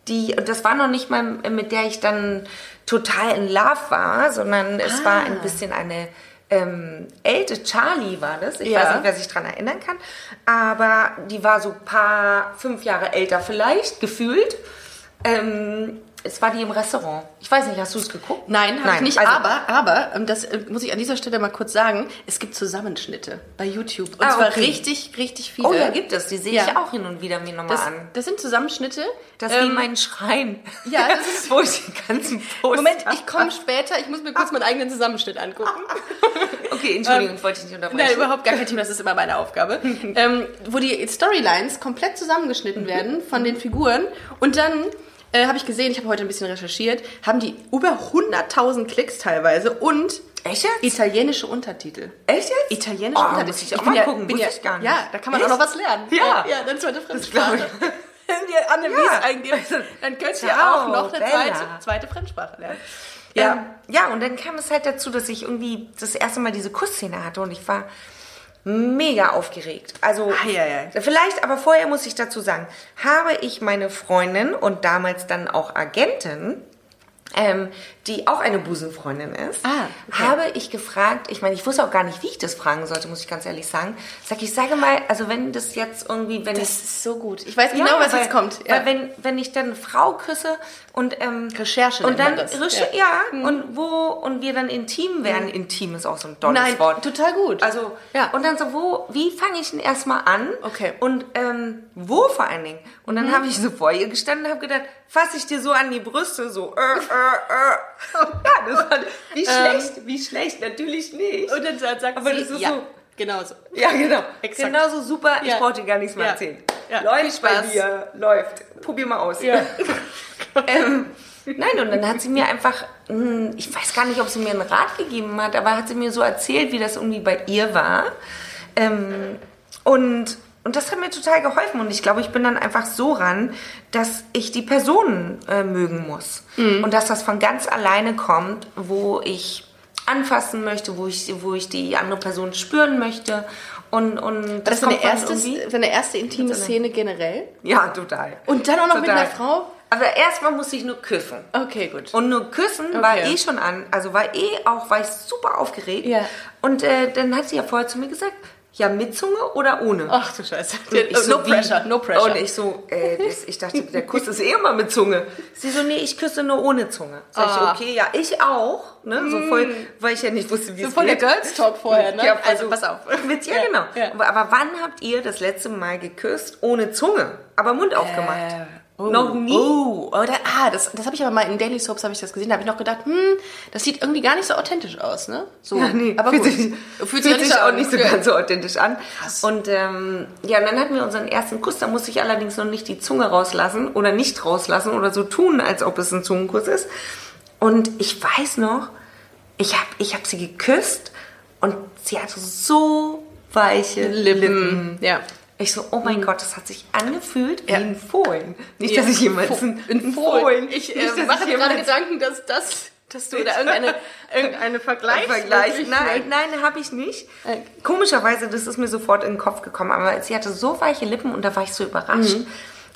Speaker 3: die, und das war noch nicht mal, äh, mit der ich dann total in Love war, sondern es war ein
Speaker 2: Ah.
Speaker 3: bisschen eine ähm, Elte, Charlie war das. Ich
Speaker 2: Ja.
Speaker 3: weiß nicht, wer sich daran erinnern kann. Aber die war so ein paar, fünf Jahre älter vielleicht, gefühlt. Ähm, es war die im Restaurant. Ich weiß nicht, hast du es geguckt?
Speaker 2: Nein, habe ich nicht.
Speaker 3: also-
Speaker 2: aber, aber, ähm, das äh, muss ich an dieser Stelle mal kurz sagen, es gibt Zusammenschnitte bei YouTube. Und
Speaker 3: Ah,
Speaker 2: zwar
Speaker 3: okay.
Speaker 2: richtig, richtig viele.
Speaker 3: Oh ja, gibt es. Die sehe ich
Speaker 2: Ja.
Speaker 3: auch hin und wieder mir nochmal
Speaker 2: das,
Speaker 3: an.
Speaker 2: das sind Zusammenschnitte.
Speaker 3: Das ist
Speaker 2: Ähm,
Speaker 3: wie mein Schrein.
Speaker 2: Ja, das ist-
Speaker 3: wo ich den ganzen Post.
Speaker 2: Moment, ich komme später. Ich muss mir kurz meinen eigenen Zusammenschnitt angucken.
Speaker 3: Ah, Okay, Entschuldigung, wollte ich nicht unterbrechen.
Speaker 2: Ähm, Nein, überhaupt gar kein Thema, das ist immer meine Aufgabe. ähm, wo die Storylines komplett
Speaker 3: Mhm.
Speaker 2: zusammengeschnitten werden von den Figuren und dann äh, habe ich gesehen, ich habe heute ein bisschen recherchiert, haben die über 100.000 Klicks teilweise und
Speaker 3: Echt jetzt?
Speaker 2: italienische Untertitel.
Speaker 3: Echt jetzt?
Speaker 2: Italienische
Speaker 3: Oh,
Speaker 2: Untertitel.
Speaker 3: muss ich auch
Speaker 2: bin
Speaker 3: mal gucken,
Speaker 2: bin
Speaker 3: wusste ich gar nicht.
Speaker 2: Ja, da kann man
Speaker 3: Echt?
Speaker 2: auch noch was lernen.
Speaker 3: Ja.
Speaker 2: Ja, dann zweite Fremdsprache.
Speaker 3: glaub ich.
Speaker 2: Wenn ihr Annelies
Speaker 3: Ja.
Speaker 2: eingebt, dann könnt ihr
Speaker 3: Ciao,
Speaker 2: auch noch eine
Speaker 3: Bella.
Speaker 2: zweite, zweite Fremdsprache lernen.
Speaker 3: Ja. Ähm, ja, und dann kam es halt dazu, dass ich irgendwie das erste Mal diese Kussszene hatte und ich war mega aufgeregt. Also
Speaker 2: Eieiei.
Speaker 3: vielleicht, aber vorher muss ich dazu sagen, habe ich meine Freundin und damals dann auch Agentin, ähm, die auch eine Busenfreundin ist,
Speaker 2: Ah, okay.
Speaker 3: habe ich gefragt, ich meine, ich wusste auch gar nicht, wie ich das fragen sollte, muss ich ganz ehrlich sagen. Sag ich, sage mal, also wenn das jetzt irgendwie, wenn
Speaker 2: Das
Speaker 3: ich
Speaker 2: ist so gut. Ich weiß
Speaker 3: Ja,
Speaker 2: genau, was
Speaker 3: weil,
Speaker 2: jetzt kommt.
Speaker 3: Weil wenn, wenn ich dann eine Frau küsse und ähm,
Speaker 2: Recherche
Speaker 3: und
Speaker 2: nennt man
Speaker 3: dann
Speaker 2: das. Mhm.
Speaker 3: Recher ja, und wo und wir dann intim werden. Intim ist auch so ein tolles
Speaker 2: Nein,
Speaker 3: Wort.
Speaker 2: total gut.
Speaker 3: Also
Speaker 2: Ja.
Speaker 3: und dann so wo wie fange ich denn erstmal an?
Speaker 2: Okay. Mhm.
Speaker 3: Und ähm, wo vor allen Dingen? Und dann habe ich so vor ihr gestanden und habe gedacht, fasse ich dir so an die Brüste so. Äh, äh, äh. ja, das war, wie schlecht, wie schlecht, natürlich nicht.
Speaker 2: Ähm. Und dann sagt
Speaker 3: Aber
Speaker 2: sie,
Speaker 3: das ist
Speaker 2: ja,
Speaker 3: so-
Speaker 2: genau so.
Speaker 3: Ja, genau.
Speaker 2: Exakt.
Speaker 3: Genauso super, ich
Speaker 2: Ja.
Speaker 3: brauche dir gar nichts mehr
Speaker 2: Ja.
Speaker 3: erzählen.
Speaker 2: Ja. Viel
Speaker 3: Läuft bei
Speaker 2: Spaß.
Speaker 3: dir, läuft. Probier mal aus. ähm, nein, und dann hat sie mir einfach, mh, ich weiß gar nicht, ob sie mir einen Rat gegeben hat, aber hat sie mir so erzählt, wie das irgendwie bei ihr war. Ähm, und, und das hat mir total geholfen. Und ich glaube, ich bin dann einfach so ran, dass ich die Personen äh, mögen muss.
Speaker 2: Mhm.
Speaker 3: Und dass das von ganz alleine kommt, wo ich anfassen möchte, wo ich, wo ich die andere Person spüren möchte. Und, und
Speaker 2: Das, ist
Speaker 3: kommt
Speaker 2: eine
Speaker 3: von
Speaker 2: erste,
Speaker 3: irgendwie-
Speaker 2: eine erste intime Szene generell.
Speaker 3: Ja, total.
Speaker 2: Und dann auch noch mit
Speaker 3: Total.
Speaker 2: einer Frau?
Speaker 3: Aber erstmal muss ich nur küssen.
Speaker 2: Okay, gut.
Speaker 3: Und nur küssen war
Speaker 2: Okay.
Speaker 3: eh schon an, also war eh auch, war ich super aufgeregt.
Speaker 2: Ja.
Speaker 3: Und äh, dann hat sie ja vorher zu mir gesagt, ja mit Zunge oder ohne.
Speaker 2: Ach du Scheiße.
Speaker 3: Und ich so,
Speaker 2: Oh, no
Speaker 3: wie?
Speaker 2: pressure, no pressure.
Speaker 3: Und ich so, äh, das, ich dachte, der Kuss ist eh immer mit Zunge. Sie so, nee, ich küsse nur ohne Zunge. Sag
Speaker 2: Ah. Mm.
Speaker 3: ich, okay, ja, ich auch. Ne? So voll, weil ich ja nicht wusste, wie
Speaker 2: So
Speaker 3: es
Speaker 2: voll der
Speaker 3: geht.
Speaker 2: Girls Talk vorher, ne?
Speaker 3: Ja,
Speaker 2: also, pass auf.
Speaker 3: Mit, ja, genau.
Speaker 2: ja.
Speaker 3: Aber, aber wann habt ihr das letzte Mal geküsst ohne Zunge, aber Mund aufgemacht?
Speaker 2: Äh,
Speaker 3: Noch nie.
Speaker 2: Oh, oder, ah, das, das habe ich aber mal in Daily Soaps habe ich das gesehen. Da habe ich noch gedacht, hm, das sieht irgendwie gar nicht so authentisch aus, ne? So,
Speaker 3: Ja, nee,
Speaker 2: aber
Speaker 3: fühlt
Speaker 2: gut.
Speaker 3: sich, fühlt
Speaker 2: auch
Speaker 3: sich auch nicht so
Speaker 2: Ja.
Speaker 3: ganz so authentisch an. Und ähm, ja, und dann hatten wir unseren ersten Kuss. Da musste ich allerdings noch nicht die Zunge rauslassen oder nicht rauslassen oder so tun, als ob es ein Zungenkuss ist. Und ich weiß noch, ich habe ich hab sie geküsst und sie hatte so weiche Lippen.
Speaker 2: Lippen. Mhm, Ja.
Speaker 3: Ich so, oh mein Gott, das hat sich angefühlt
Speaker 2: Ja.
Speaker 3: wie ein Fohlen. Nicht,
Speaker 2: Ja.
Speaker 3: dass ich jemals
Speaker 2: Fo-
Speaker 3: ein,
Speaker 2: ein Fohlen. Ich
Speaker 3: Nicht, dass
Speaker 2: äh, mache mir gerade
Speaker 3: jemals-
Speaker 2: Gedanken, dass das, dass du da irgendeine, irgendeine Vergleich.
Speaker 3: Vergleich. Nein, nein, habe ich nicht. Komischerweise, das ist mir sofort in den Kopf gekommen, aber sie hatte so weiche Lippen und da war ich so überrascht.
Speaker 2: Mhm.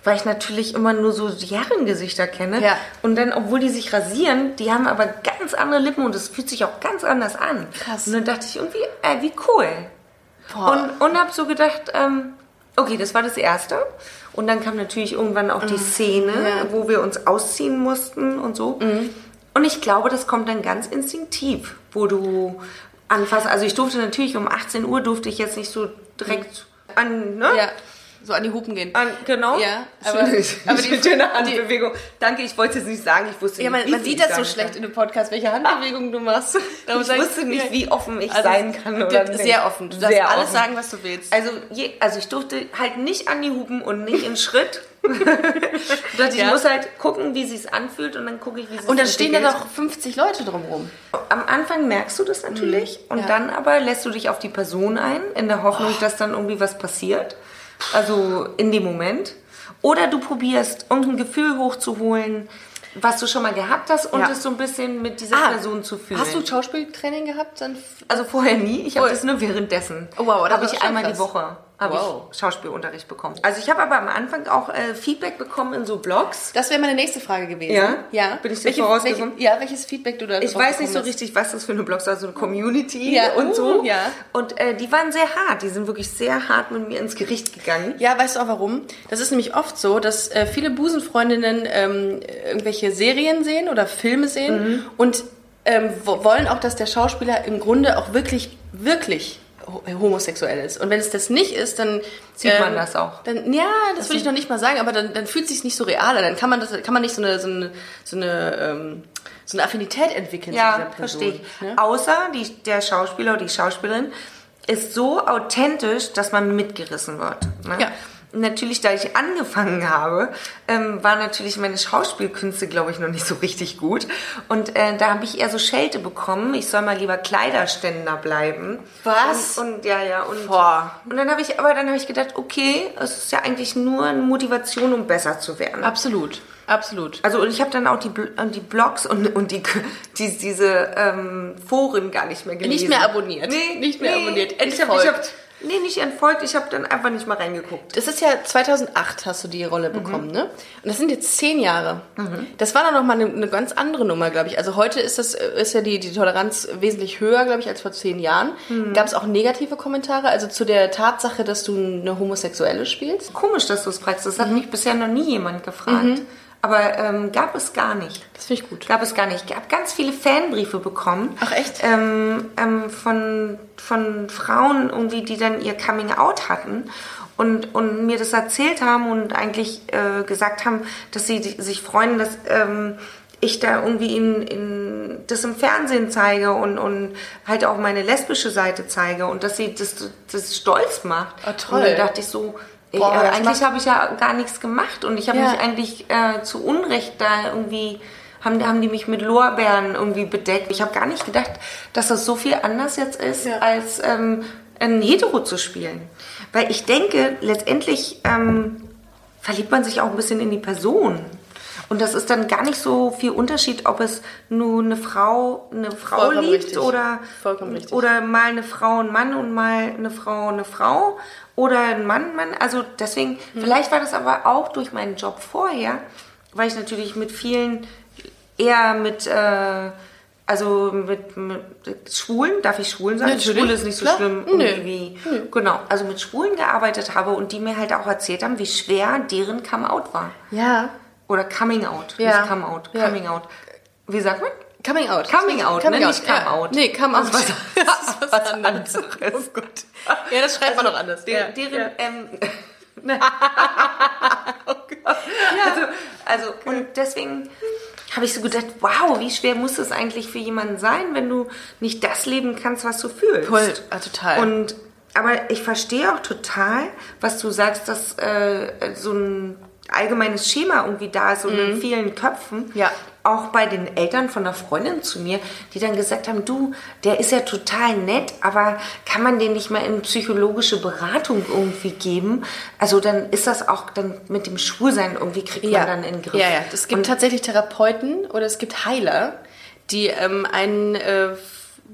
Speaker 3: Weil ich natürlich immer nur so Herrengesichter kenne.
Speaker 2: Ja.
Speaker 3: Und dann, obwohl die sich rasieren, die haben aber ganz andere Lippen und es fühlt sich auch ganz anders an.
Speaker 2: Krass.
Speaker 3: Und dann dachte ich irgendwie, äh, wie cool.
Speaker 2: Boah.
Speaker 3: Und, und habe so gedacht, ähm, okay, das war das Erste. Und dann kam natürlich irgendwann auch
Speaker 2: Mhm.
Speaker 3: die Szene, wo wir uns ausziehen mussten und so.
Speaker 2: Mhm.
Speaker 3: Und ich glaube, das kommt dann ganz instinktiv, wo du anfasst. Also ich durfte natürlich um 18 Uhr durfte ich jetzt nicht so direkt an, ne?
Speaker 2: Mhm. Ja, so an die Hupen gehen.
Speaker 3: An, genau.
Speaker 2: Ja, aber-
Speaker 3: aber,
Speaker 2: aber die-
Speaker 3: die schöne Handbewegung. Danke, ich wollte es jetzt nicht sagen, ich wusste
Speaker 2: ja,
Speaker 3: nicht.
Speaker 2: man,
Speaker 3: wie
Speaker 2: man
Speaker 3: viel
Speaker 2: sieht
Speaker 3: ich
Speaker 2: das so
Speaker 3: sagen
Speaker 2: schlecht
Speaker 3: kann.
Speaker 2: in dem Podcast, welche Handbewegungen du machst. Darum
Speaker 3: Ich
Speaker 2: sag
Speaker 3: wusste nicht, wie offen ich
Speaker 2: Also,
Speaker 3: sein kann oder nicht.
Speaker 2: Sehr offen. Du darfst
Speaker 3: Sehr
Speaker 2: alles
Speaker 3: offen.
Speaker 2: sagen, was du willst.
Speaker 3: Also, je, also ich durfte halt nicht an die Hupen und nicht im Schritt. ich dachte,
Speaker 2: Ja.
Speaker 3: ich muss halt gucken, wie sie es anfühlt und dann gucke ich, wie sie es
Speaker 2: Und da stehen ja
Speaker 3: entwickelt.
Speaker 2: noch 50 Leute drumherum.
Speaker 3: Am Anfang merkst du das natürlich
Speaker 2: Mhm.
Speaker 3: und
Speaker 2: Ja. Oh.
Speaker 3: dann aber lässt du dich auf die Person ein, in der Hoffnung, dass dann irgendwie was passiert. Also in dem Moment. Oder du probierst, irgendein Gefühl hochzuholen, was du schon mal gehabt hast und
Speaker 2: Ja. Ah,
Speaker 3: es so ein bisschen mit dieser Person zu fühlen.
Speaker 2: Hast du Schauspieltraining gehabt? Dann f-
Speaker 3: Also vorher nie, ich habe
Speaker 2: Vorher-
Speaker 3: das nur währenddessen.
Speaker 2: Oh, wow, das
Speaker 3: habe
Speaker 2: ist
Speaker 3: ich
Speaker 2: schon
Speaker 3: einmal
Speaker 2: krass.
Speaker 3: die Woche habe
Speaker 2: Wow.
Speaker 3: ich Schauspielunterricht bekommen. Also ich habe aber am Anfang auch äh, Feedback bekommen in so Blogs.
Speaker 2: das wäre meine nächste Frage gewesen.
Speaker 3: Ja?
Speaker 2: ja.
Speaker 3: Bin ich dir
Speaker 2: Welche-
Speaker 3: vorausgekommen?
Speaker 2: welche- Ja, welches Feedback du da
Speaker 3: Ich
Speaker 2: drauf
Speaker 3: weiß nicht so
Speaker 2: bekommen
Speaker 3: richtig, was das für eine Blogs, also eine Community
Speaker 2: Ja,
Speaker 3: und
Speaker 2: uh,
Speaker 3: so.
Speaker 2: ja.
Speaker 3: Und äh, die waren sehr hart, die sind wirklich sehr hart mit mir ins Gericht gegangen.
Speaker 2: Ja, weißt du auch warum? Das ist nämlich oft so, dass äh, viele Busenfreundinnen ähm, irgendwelche Serien sehen oder Filme sehen
Speaker 3: Mhm.
Speaker 2: und ähm, wo, wollen auch, dass der Schauspieler im Grunde auch wirklich, wirklich ho- homosexuell ist. Und wenn es das nicht ist, dann ähm,
Speaker 3: Sieht man das auch.
Speaker 2: Dann, ja, das, würde ich noch nicht mal sagen, aber dann, dann fühlt sich nicht so real an. Dann kann man das, kann man nicht so eine, so eine, so eine, ähm, so eine Affinität entwickeln zu dieser
Speaker 3: Ja,
Speaker 2: Person.
Speaker 3: verstehe ich.
Speaker 2: Ne?
Speaker 3: Außer die, der Schauspieler oder die Schauspielerin ist so authentisch, dass man mitgerissen wird. Ne?
Speaker 2: Ja.
Speaker 3: Natürlich, da ich angefangen habe, ähm, waren natürlich meine Schauspielkünste, glaube ich, noch nicht so richtig gut. Und äh, da habe ich eher so Schelte bekommen, ich soll mal lieber Kleiderständer bleiben.
Speaker 2: Was?
Speaker 3: Und, und ja, ja. Und,
Speaker 2: Boah.
Speaker 3: und dann habe ich, aber dann habe ich gedacht, okay, es ist ja eigentlich nur eine Motivation, um besser zu werden.
Speaker 2: Absolut, absolut.
Speaker 3: Also und ich habe dann auch die, Bl- und die Blogs und, und die, die, diese ähm, Foren gar nicht mehr gelesen.
Speaker 2: Nicht mehr abonniert.
Speaker 3: Nee,
Speaker 2: Nicht mehr
Speaker 3: nee.
Speaker 2: abonniert.
Speaker 3: Ich hab, ich hab,
Speaker 2: Entfolgt.
Speaker 3: nee, nicht entfolgt. Ich habe dann einfach nicht mal reingeguckt.
Speaker 2: Das ist ja 2008 hast du die Rolle bekommen, ne? Und das sind jetzt zehn Jahre. Das war dann nochmal eine, eine ganz andere Nummer, glaube ich. Also heute ist das äh, ist ja die, die Toleranz wesentlich höher, glaube ich, als vor zehn Jahren. Gab es auch negative Kommentare, also zu der Tatsache, dass du eine Homosexuelle spielst?
Speaker 3: Komisch, dass du es fragst. Das
Speaker 2: Mhm.
Speaker 3: hat mich bisher noch nie jemand gefragt. Aber ähm, gab es gar nicht.
Speaker 2: Das finde ich gut.
Speaker 3: Gab es gar nicht. Ich habe ganz viele Fanbriefe bekommen.
Speaker 2: Ach, echt?
Speaker 3: Ähm, ähm, von, von Frauen, irgendwie, die dann ihr Coming Out hatten und, und mir das erzählt haben und eigentlich äh, gesagt haben, dass sie di- sich freuen, dass ähm, ich da irgendwie in, in, das im Fernsehen zeige und, und halt auch meine lesbische Seite zeige und dass sie das, das stolz macht.
Speaker 2: Ah, toll.
Speaker 3: Und dann dachte ich so, ey,
Speaker 2: Boah,
Speaker 3: aber
Speaker 2: das
Speaker 3: eigentlich
Speaker 2: macht-
Speaker 3: habe ich ja gar nichts gemacht und ich habe
Speaker 2: Ja.
Speaker 3: mich eigentlich äh, zu Unrecht da irgendwie, haben, haben die mich mit Lorbeeren irgendwie bedeckt. Ich habe gar nicht gedacht, dass das so viel anders jetzt ist,
Speaker 2: Ja.
Speaker 3: als ähm, ein Hetero zu spielen. Weil ich denke, letztendlich ähm, verliebt man sich auch ein bisschen in die Person. Und das ist dann gar nicht so viel Unterschied, ob es nur eine Frau eine Frau
Speaker 2: Vollkommen
Speaker 3: liebt
Speaker 2: richtig.
Speaker 3: oder
Speaker 2: Vollkommen richtig.
Speaker 3: oder äh, mal eine Frau ein Mann und mal eine Frau eine Frau oder ein Mann Mann. Also deswegen,
Speaker 2: Hm.
Speaker 3: vielleicht war das aber auch durch meinen Job vorher, weil ich natürlich mit vielen eher mit äh, also mit, mit Schwulen, darf ich Schwulen sagen?
Speaker 2: Natürlich,
Speaker 3: Schwule ist nicht so
Speaker 2: klar.
Speaker 3: schlimm
Speaker 2: Nö.
Speaker 3: irgendwie. Genau, also mit Schwulen gearbeitet habe und die mir halt auch erzählt haben, wie schwer deren Come-out war.
Speaker 2: Ja.
Speaker 3: Oder Coming Out.
Speaker 2: Ja.
Speaker 3: Nicht Come Out.
Speaker 2: Ja.
Speaker 3: Coming Out. Wie sagt man?
Speaker 2: Coming out.
Speaker 3: Coming out,
Speaker 2: Coming
Speaker 3: ne?
Speaker 2: out.
Speaker 3: Nicht come
Speaker 2: ja.
Speaker 3: out.
Speaker 2: Nee, come out.
Speaker 3: Also was-
Speaker 2: Das ist was anderes. Also
Speaker 3: Oh Gott.
Speaker 2: Ja, das schreibt man noch anders.
Speaker 3: Der,
Speaker 2: Ja.
Speaker 3: deren,
Speaker 2: Ja.
Speaker 3: Ähm, Oh Also, also und deswegen habe ich so gedacht, wow, wie schwer muss es eigentlich für jemanden sein, wenn du nicht das leben kannst, was du fühlst.
Speaker 2: Voll, ah, total.
Speaker 3: Und aber ich verstehe auch total, was du sagst, dass äh, so ein allgemeines Schema irgendwie da ist und in vielen Köpfen.
Speaker 2: Mhm. Ja.
Speaker 3: Auch bei den Eltern von einer Freundin zu mir, die dann gesagt haben, du, der ist ja total nett, aber kann man den nicht mal in psychologische Beratung irgendwie geben? Also dann ist das auch dann mit dem Schwulsein irgendwie kriegt
Speaker 2: ja.
Speaker 3: man dann in den Griff.
Speaker 2: Ja, ja. Es gibt
Speaker 3: und
Speaker 2: tatsächlich Therapeuten oder es gibt Heiler, die ähm, einen äh, f-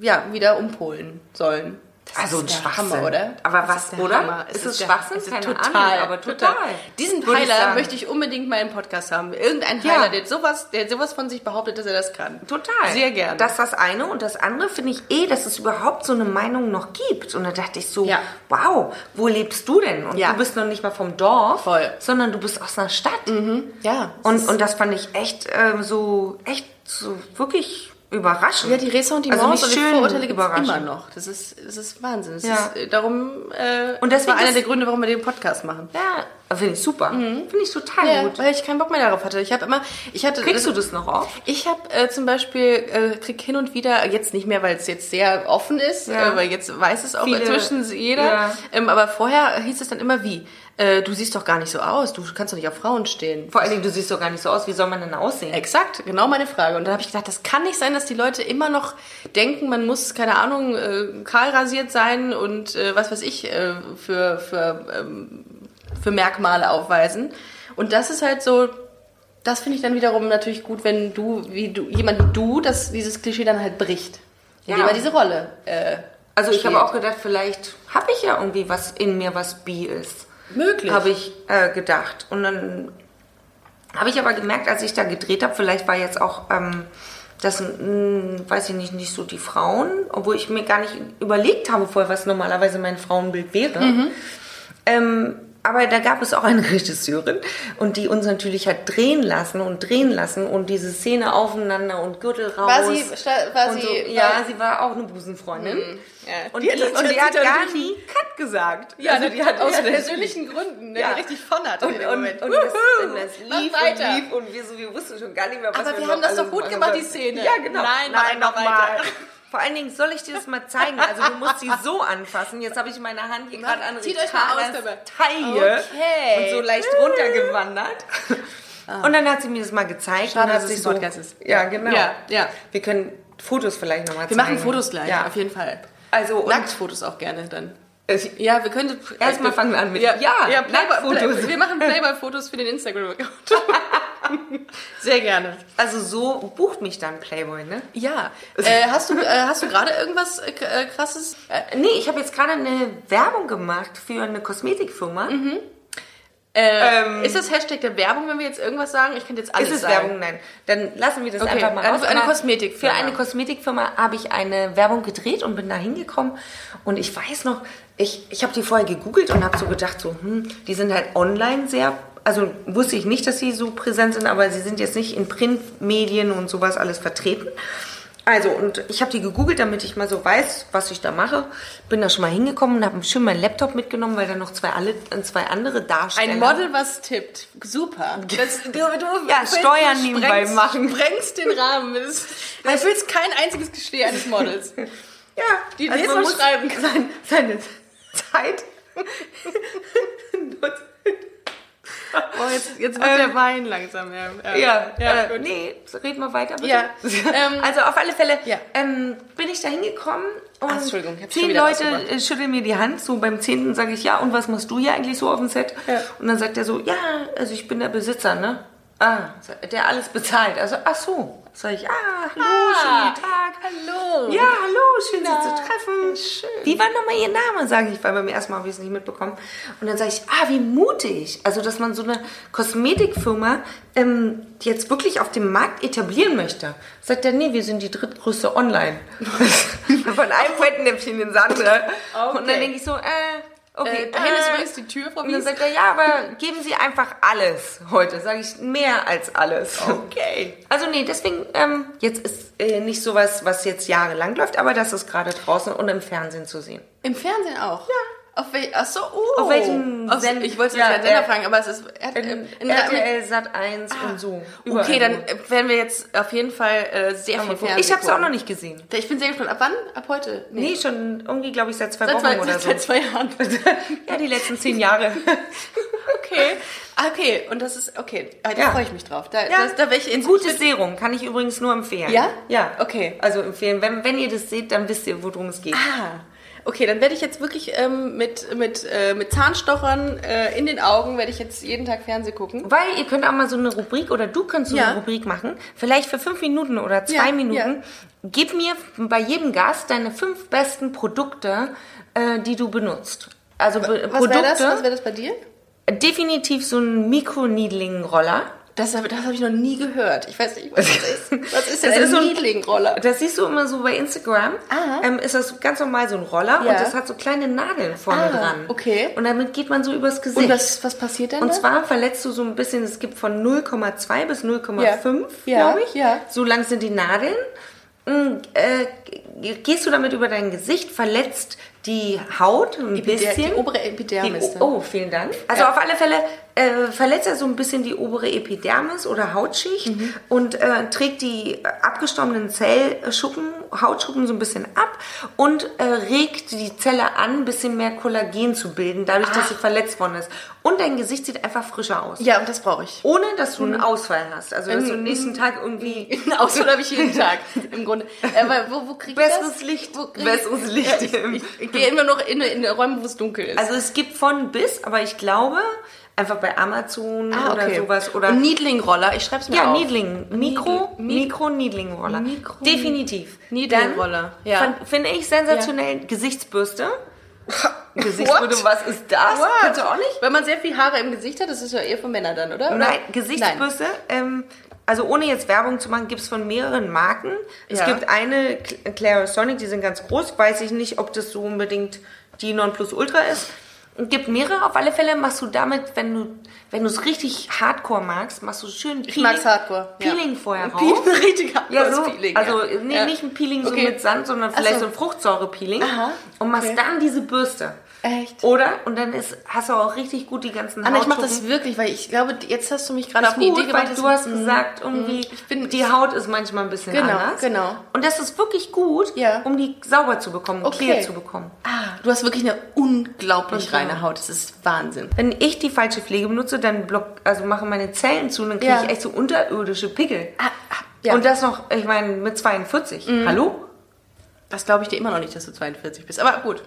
Speaker 2: ja, wieder umpolen sollen. Das
Speaker 3: Also ein
Speaker 2: der
Speaker 3: Schwachsinn.
Speaker 2: Hammer, oder?
Speaker 3: Aber
Speaker 2: Das
Speaker 3: was,
Speaker 2: ist der
Speaker 3: oder?
Speaker 2: Hammer.
Speaker 3: Ist es
Speaker 2: der-
Speaker 3: Schwachsinn?
Speaker 2: es ist
Speaker 3: Keine
Speaker 2: total,
Speaker 3: Ahnung, aber total.
Speaker 2: Diesen
Speaker 3: Würde ich
Speaker 2: Heiler
Speaker 3: sagen.
Speaker 2: möchte ich unbedingt mal im Podcast haben. Irgendein
Speaker 3: Ja.
Speaker 2: Heiler, der sowas, der sowas von sich behauptet, dass er das kann.
Speaker 3: Total.
Speaker 2: Sehr gerne.
Speaker 3: Das ist das eine. Und das andere finde ich eh, dass es überhaupt so eine Meinung noch gibt. Und da dachte ich so,
Speaker 2: Ja.
Speaker 3: wow, wo lebst du denn? Und
Speaker 2: Ja.
Speaker 3: du bist noch nicht mal vom Dorf,
Speaker 2: Voll. Mhm.
Speaker 3: sondern du bist aus einer Stadt.
Speaker 2: ja.
Speaker 3: Und, und das fand ich echt ähm, so, echt so wirklich überraschend.
Speaker 2: Ja, die Ressentiments
Speaker 3: also mich
Speaker 2: und die
Speaker 3: schön
Speaker 2: Vorurteile gibt es
Speaker 3: überraschend.
Speaker 2: immer noch. Das ist, das ist Wahnsinn. Das
Speaker 3: Ja.
Speaker 2: ist, äh, darum, äh,
Speaker 3: Und
Speaker 2: das war
Speaker 3: deswegen
Speaker 2: einer
Speaker 3: ist-
Speaker 2: der Gründe, warum wir den Podcast machen.
Speaker 3: Ja, finde ich super. Finde ich total
Speaker 2: Mhm. Ja,
Speaker 3: gut.
Speaker 2: weil ich keinen Bock mehr darauf hatte. Ich habe immer, ich hatte, also
Speaker 3: Kriegst du das noch auf?
Speaker 2: ich habe äh, zum Beispiel äh, krieg hin und wieder jetzt nicht mehr, weil es jetzt sehr offen ist,
Speaker 3: Ja.
Speaker 2: äh, weil jetzt weiß es auch
Speaker 3: Viele-
Speaker 2: inzwischen jeder.
Speaker 3: Ja.
Speaker 2: Ähm, aber vorher hieß es dann immer wie, äh, du siehst doch gar nicht so aus, du kannst doch nicht auf Frauen stehen.
Speaker 3: Vor allen Dingen, du siehst so gar nicht so aus. Wie soll man denn aussehen?
Speaker 2: Exakt, genau meine Frage. Und dann habe ich gedacht, das kann nicht sein, dass die Leute immer noch denken, man muss, keine Ahnung, äh, kahl rasiert sein und äh, was weiß ich äh, für, für, ähm, für Merkmale aufweisen. Und das ist halt so, das finde ich dann wiederum natürlich gut, wenn du, wie du, jemand wie du, dass dieses Klischee dann halt bricht. Ja.
Speaker 3: Ja.
Speaker 2: Immer diese Rolle. Äh,
Speaker 3: Also ich habe
Speaker 2: Steht.
Speaker 3: auch gedacht, vielleicht habe ich ja irgendwie was in mir, was bi ist.
Speaker 2: Möglich.
Speaker 3: Habe ich äh, gedacht. Und dann habe ich aber gemerkt, als ich da gedreht habe, vielleicht war jetzt auch ähm, das, mh, weiß ich nicht, nicht so die Frauen, obwohl ich mir gar nicht überlegt habe vorher, was normalerweise mein Frauenbild wäre.
Speaker 2: Mhm.
Speaker 3: Ähm, aber da gab es auch eine Regisseurin und die uns natürlich hat drehen lassen und drehen lassen und diese Szene aufeinander und Gürtel raus.
Speaker 2: war sie, sta- war
Speaker 3: und
Speaker 2: sie,
Speaker 3: so.
Speaker 2: war,
Speaker 3: ja, sie war auch eine Busenfreundin.
Speaker 2: ja.
Speaker 3: Und
Speaker 2: Die
Speaker 3: die,
Speaker 2: hat das-
Speaker 3: und die hat
Speaker 2: die hat
Speaker 3: gar
Speaker 2: richtig-
Speaker 3: nie Cut gesagt.
Speaker 2: ja,
Speaker 3: also die hat
Speaker 2: aus
Speaker 3: die hat-
Speaker 2: persönlichen Gründen, ne,
Speaker 3: Ja.
Speaker 2: die richtig von hat
Speaker 3: und,
Speaker 2: in dem
Speaker 3: und,
Speaker 2: Moment.
Speaker 3: und, das,
Speaker 2: Wuhu!
Speaker 3: und das
Speaker 2: Mach
Speaker 3: lief und
Speaker 2: weiter.
Speaker 3: lief und wir, so, wir wussten schon gar nicht mehr, was
Speaker 2: Aber wir
Speaker 3: noch
Speaker 2: haben das
Speaker 3: alles
Speaker 2: doch gut
Speaker 3: machen
Speaker 2: gemacht, die
Speaker 3: sollten.
Speaker 2: Szene.
Speaker 3: Ja, genau.
Speaker 2: Nein, mach einfach weiter.
Speaker 3: Vor allen Dingen, soll ich dir das mal zeigen? Also du musst sie so anfassen. Jetzt habe ich meine Hand hier gerade an
Speaker 2: zieht euch mal aus,
Speaker 3: Ritanas
Speaker 2: dabei.
Speaker 3: Taille
Speaker 2: Okay.
Speaker 3: und so leicht runtergewandert. Und dann hat sie mir das mal gezeigt.
Speaker 2: Schade,
Speaker 3: und hat
Speaker 2: dass
Speaker 3: sich
Speaker 2: es ein
Speaker 3: so,
Speaker 2: Podcast ist.
Speaker 3: Ja, genau.
Speaker 2: Ja, ja.
Speaker 3: Wir können Fotos vielleicht nochmal
Speaker 2: Wir
Speaker 3: zeigen.
Speaker 2: machen Fotos gleich,
Speaker 3: Ja.
Speaker 2: auf jeden Fall.
Speaker 3: Also, und-
Speaker 2: Nacktfotos auch gerne dann.
Speaker 3: Es-
Speaker 2: Ja, wir können
Speaker 3: Erstmal fangen wir an mit-
Speaker 2: ja, ja,
Speaker 3: ja,
Speaker 2: Playboy,
Speaker 3: Nacktfotos.
Speaker 2: Play, wir machen Playboy-Fotos für den Instagram-Account. Sehr gerne.
Speaker 3: Also so bucht mich dann Playboy, ne?
Speaker 2: Ja, äh, hast du äh, hast du gerade irgendwas äh, k- äh, krasses?
Speaker 3: Äh, nee, ich habe jetzt gerade eine Werbung gemacht für eine Kosmetikfirma.
Speaker 2: Äh, ist das Hashtag der Werbung, wenn wir jetzt irgendwas sagen? Ich könnte jetzt alles
Speaker 3: Ähm. Ist es
Speaker 2: sagen.
Speaker 3: Werbung? Nein. Dann lassen wir das
Speaker 2: Okay,
Speaker 3: einfach mal Genau.
Speaker 2: also für
Speaker 3: aus.
Speaker 2: eine
Speaker 3: Aber
Speaker 2: Kosmetikfirma.
Speaker 3: Für eine Kosmetikfirma habe ich eine Werbung gedreht und bin da hingekommen. Und ich weiß noch, ich, ich habe die vorher gegoogelt und habe so gedacht, so, hm, die sind halt online sehr, also wusste ich nicht, dass sie so präsent sind, aber sie sind jetzt nicht in Printmedien und sowas alles vertreten. Also, und ich habe die gegoogelt, damit ich mal so weiß, was ich da mache. Bin da schon mal hingekommen und habe schön meinen Laptop mitgenommen, weil da noch zwei, alle, äh, zwei andere Darsteller...
Speaker 2: Ein Model, was tippt. Super. Das, du, du
Speaker 3: Genau. Ja,
Speaker 2: willst-
Speaker 3: Steuern
Speaker 2: du
Speaker 3: nebenbei
Speaker 2: sprengst-
Speaker 3: machen.
Speaker 2: Sprengst den Rahmen. Das ist- Du fühlst kein einziges Geschlecht eines Models.
Speaker 3: Ja,
Speaker 2: Die
Speaker 3: Also man
Speaker 2: lesen und
Speaker 3: muss
Speaker 2: schreiben.
Speaker 3: Sein, seine Zeit.
Speaker 2: Oh, jetzt, jetzt wird der Wein langsam. Ja,
Speaker 3: Ähm, ja,
Speaker 2: ja,
Speaker 3: äh,
Speaker 2: gut.
Speaker 3: nee, red mal weiter. Bitte.
Speaker 2: Ja, ähm,
Speaker 3: also auf alle Fälle
Speaker 2: ja.
Speaker 3: ähm, bin ich da hingekommen und
Speaker 2: Ach, Entschuldigung, ich hab's schon
Speaker 3: zehn
Speaker 2: wieder
Speaker 3: Leute
Speaker 2: rausgebracht.
Speaker 3: äh, schütteln mir die Hand. So beim zehnten sage ich, ja, und was machst du hier eigentlich so auf dem Set?
Speaker 2: Ja.
Speaker 3: Und dann sagt er so, ja, also ich bin der Besitzer, ne? Ah, der alles bezahlt. Also, ach so. Sag ich, ah, hallo, schönen guten Tag.
Speaker 2: Hallo.
Speaker 3: Ja, hallo, schön, Sie zu treffen. Schön. Wie war nochmal Ihr Name, sage ich, weil beim ersten Mal habe ich es nicht mitbekommen. Und dann sage ich, ah, wie mutig. Also, dass man so eine Kosmetikfirma ähm, die jetzt wirklich auf dem Markt etablieren möchte. Sagt er, nee, wir sind die drittgrößte online. Von einem Fettnäpfchen ins andere. ne? Und dann denke ich so, äh, okay.
Speaker 2: Äh, da hinten ist übrigens die Tür, Frau
Speaker 3: Und dann
Speaker 2: Wies.
Speaker 3: sagt er, ja, aber geben Sie einfach alles heute. Sage ich, mehr als alles.
Speaker 2: Okay.
Speaker 3: Also nee, deswegen, ähm, jetzt ist äh, nicht sowas, was jetzt jahrelang läuft, aber das ist gerade draußen und im Fernsehen zu sehen.
Speaker 2: Im Fernsehen auch?
Speaker 3: Ja.
Speaker 2: Auf welchem? Achso, uh.
Speaker 3: Auf welchem
Speaker 2: Auf-
Speaker 3: Send-
Speaker 2: Ich wollte
Speaker 3: Ja,
Speaker 2: ja, den Sender
Speaker 3: äh,
Speaker 2: fragen, aber es ist. Er hat, ähm,
Speaker 3: In,
Speaker 2: in- Ah,
Speaker 3: RTL Sat 1 und so. Überall.
Speaker 2: Okay, dann äh, werden wir jetzt auf jeden Fall äh, sehr
Speaker 3: Mal
Speaker 2: viel
Speaker 3: gucken.
Speaker 2: Fernsehen
Speaker 3: Ich habe es auch noch
Speaker 2: gucken.
Speaker 3: nicht gesehen.
Speaker 2: Ich bin sehr gespannt. Ab wann? Ab heute?
Speaker 3: Nee, schon irgendwie, glaube ich, seit zwei
Speaker 2: Seit
Speaker 3: Wochen
Speaker 2: zwei,
Speaker 3: oder so.
Speaker 2: seit zwei Jahren.
Speaker 3: ja, die letzten zehn Jahre.
Speaker 2: Okay. Ah, okay, und das ist, okay, ah, da
Speaker 3: Ja.
Speaker 2: freue ich mich drauf. Da,
Speaker 3: Ja.
Speaker 2: das, da wäre ich ins
Speaker 3: Gutes Serum kann ich übrigens nur empfehlen.
Speaker 2: Ja?
Speaker 3: Ja.
Speaker 2: Okay.
Speaker 3: Also empfehlen. Wenn, wenn ihr das seht, dann wisst ihr, worum es geht.
Speaker 2: Ah, okay, dann werde ich jetzt wirklich ähm, mit, mit, äh, mit Zahnstochern äh, in den Augen, werde ich jetzt jeden Tag Fernsehen gucken.
Speaker 3: Weil ihr könnt auch mal so eine Rubrik oder du kannst so
Speaker 2: Ja.
Speaker 3: eine Rubrik machen, vielleicht für fünf Minuten oder zwei
Speaker 2: Ja,
Speaker 3: Minuten.
Speaker 2: ja.
Speaker 3: Gib mir bei jedem Gast deine fünf besten Produkte, äh, die du benutzt. Also Be
Speaker 2: Was
Speaker 3: Produkte.
Speaker 2: wäre das? Was wäre das bei dir?
Speaker 3: Definitiv so ein Mikroneedling-Roller.
Speaker 2: Das, das habe ich noch nie gehört. Ich weiß nicht, was das ist. Was ist denn
Speaker 3: Das
Speaker 2: ein
Speaker 3: ist so ein-
Speaker 2: Niedlingroller?
Speaker 3: Das siehst du immer so bei Instagram.
Speaker 2: Aha.
Speaker 3: Ähm, ist das ganz normal so ein Roller
Speaker 2: Ah. Ja.
Speaker 3: und das hat so kleine Nadeln vorne
Speaker 2: Ah,
Speaker 3: dran.
Speaker 2: okay.
Speaker 3: Und damit geht man so übers Gesicht.
Speaker 2: Und was, was passiert denn
Speaker 3: Und
Speaker 2: da?
Speaker 3: zwar verletzt du so ein bisschen, es gibt von 0,2 bis 0,5,
Speaker 2: Ja,
Speaker 3: glaube ich.
Speaker 2: ja.
Speaker 3: So lang sind die Nadeln. Mm, Äh, g- gehst du damit über dein Gesicht, verletzt die Haut ein
Speaker 2: Der,
Speaker 3: bisschen.
Speaker 2: die obere Epidermis.
Speaker 3: Die-
Speaker 2: dann.
Speaker 3: oh, vielen Dank. Also auf alle Fälle äh, verletzt er so ein bisschen die obere Epidermis oder Hautschicht und äh, trägt die äh, abgestorbenen Zellschuppen, Hautschuppen so ein bisschen ab und äh, regt die Zelle an, ein bisschen mehr Kollagen zu bilden, dadurch, dass sie verletzt worden ist. Und dein Gesicht sieht einfach frischer aus.
Speaker 2: Ja, und das brauche ich.
Speaker 3: Ohne, dass du einen Ausfall hast. Also, dass du am nächsten Tag irgendwie...
Speaker 2: Außer habe ich jeden Tag im Grunde. Äh, weil wo wo kriege ich
Speaker 3: Besseres
Speaker 2: das?
Speaker 3: Licht.
Speaker 2: Wo krieg
Speaker 3: Besseres
Speaker 2: ich,
Speaker 3: Licht.
Speaker 2: Ja, ich, ich, ich gehe immer noch in, in Räume, wo es dunkel ist.
Speaker 3: Also, es gibt von bis, aber ich glaube, einfach bei Amazon
Speaker 2: ah,
Speaker 3: oder sowas. Oder
Speaker 2: Und Niedlingroller, ich schreibe es mir
Speaker 3: Ja,
Speaker 2: auf.
Speaker 3: Niedling. Mikro, Mikro Niedlingroller.
Speaker 2: Mikro-
Speaker 3: Definitiv.
Speaker 2: Niedlingroller,
Speaker 3: Dann
Speaker 2: ja.
Speaker 3: fand- Finde ich sensationell Gesichtsbürste.
Speaker 2: What?
Speaker 3: Gesichtsbürste, was ist das?
Speaker 2: What?
Speaker 3: Kannst du auch nicht?
Speaker 2: Wenn man sehr viel Haare im Gesicht hat, das ist ja eher für Männer dann, oder?
Speaker 3: Nein,
Speaker 2: oder?
Speaker 3: Gesichtsbürste, ähm, also ohne jetzt Werbung zu machen, gibt es von mehreren Marken. Es
Speaker 2: Ja.
Speaker 3: gibt eine, Cl- Clarisonic, die sind ganz groß, weiß ich nicht, ob das so unbedingt die Nonplusultra ist. Es gibt mehrere, auf alle Fälle machst du damit, wenn du wenn du es richtig hardcore magst, machst du schön Peeling,
Speaker 2: mag's hardcore, ja.
Speaker 3: Peeling vorher rauf.
Speaker 2: Peeling, richtig hart.
Speaker 3: Ja, so,
Speaker 2: Peeling,
Speaker 3: also
Speaker 2: ja.
Speaker 3: Nee,
Speaker 2: ja.
Speaker 3: nicht ein Peeling
Speaker 2: Okay.
Speaker 3: so mit Sand, sondern vielleicht
Speaker 2: so.
Speaker 3: so, ein Fruchtsäure-Peeling.
Speaker 2: Aha,
Speaker 3: Und machst
Speaker 2: okay.
Speaker 3: dann diese Bürste.
Speaker 2: Echt?
Speaker 3: Oder? Und dann ist, hast du auch richtig gut die ganzen
Speaker 2: Anna, ich mache
Speaker 3: Hautschuppen.
Speaker 2: das wirklich, weil ich glaube, jetzt hast du mich gerade
Speaker 3: Das
Speaker 2: auf die
Speaker 3: gut,
Speaker 2: Idee gebracht.
Speaker 3: weil
Speaker 2: dass-
Speaker 3: du hast gesagt, irgendwie,
Speaker 2: bin-
Speaker 3: die Haut ist manchmal ein bisschen
Speaker 2: Genau,
Speaker 3: anders.
Speaker 2: genau.
Speaker 3: Und das ist wirklich gut,
Speaker 2: Ja.
Speaker 3: um die sauber zu bekommen,
Speaker 2: Okay.
Speaker 3: clear zu bekommen.
Speaker 2: Ah, du hast wirklich eine unglaublich
Speaker 3: Genau.
Speaker 2: reine Haut. Das ist Wahnsinn.
Speaker 3: Wenn ich die falsche Pflege benutze, dann block, also machen meine Zellen zu und dann kriege
Speaker 2: Ja. Ah,
Speaker 3: ich echt so unterirdische Pickel.
Speaker 2: ja. Mhm.
Speaker 3: Und das noch, ich meine, mit 42. Hallo?
Speaker 2: Das glaube ich dir immer noch nicht, dass du 42 bist. Aber gut.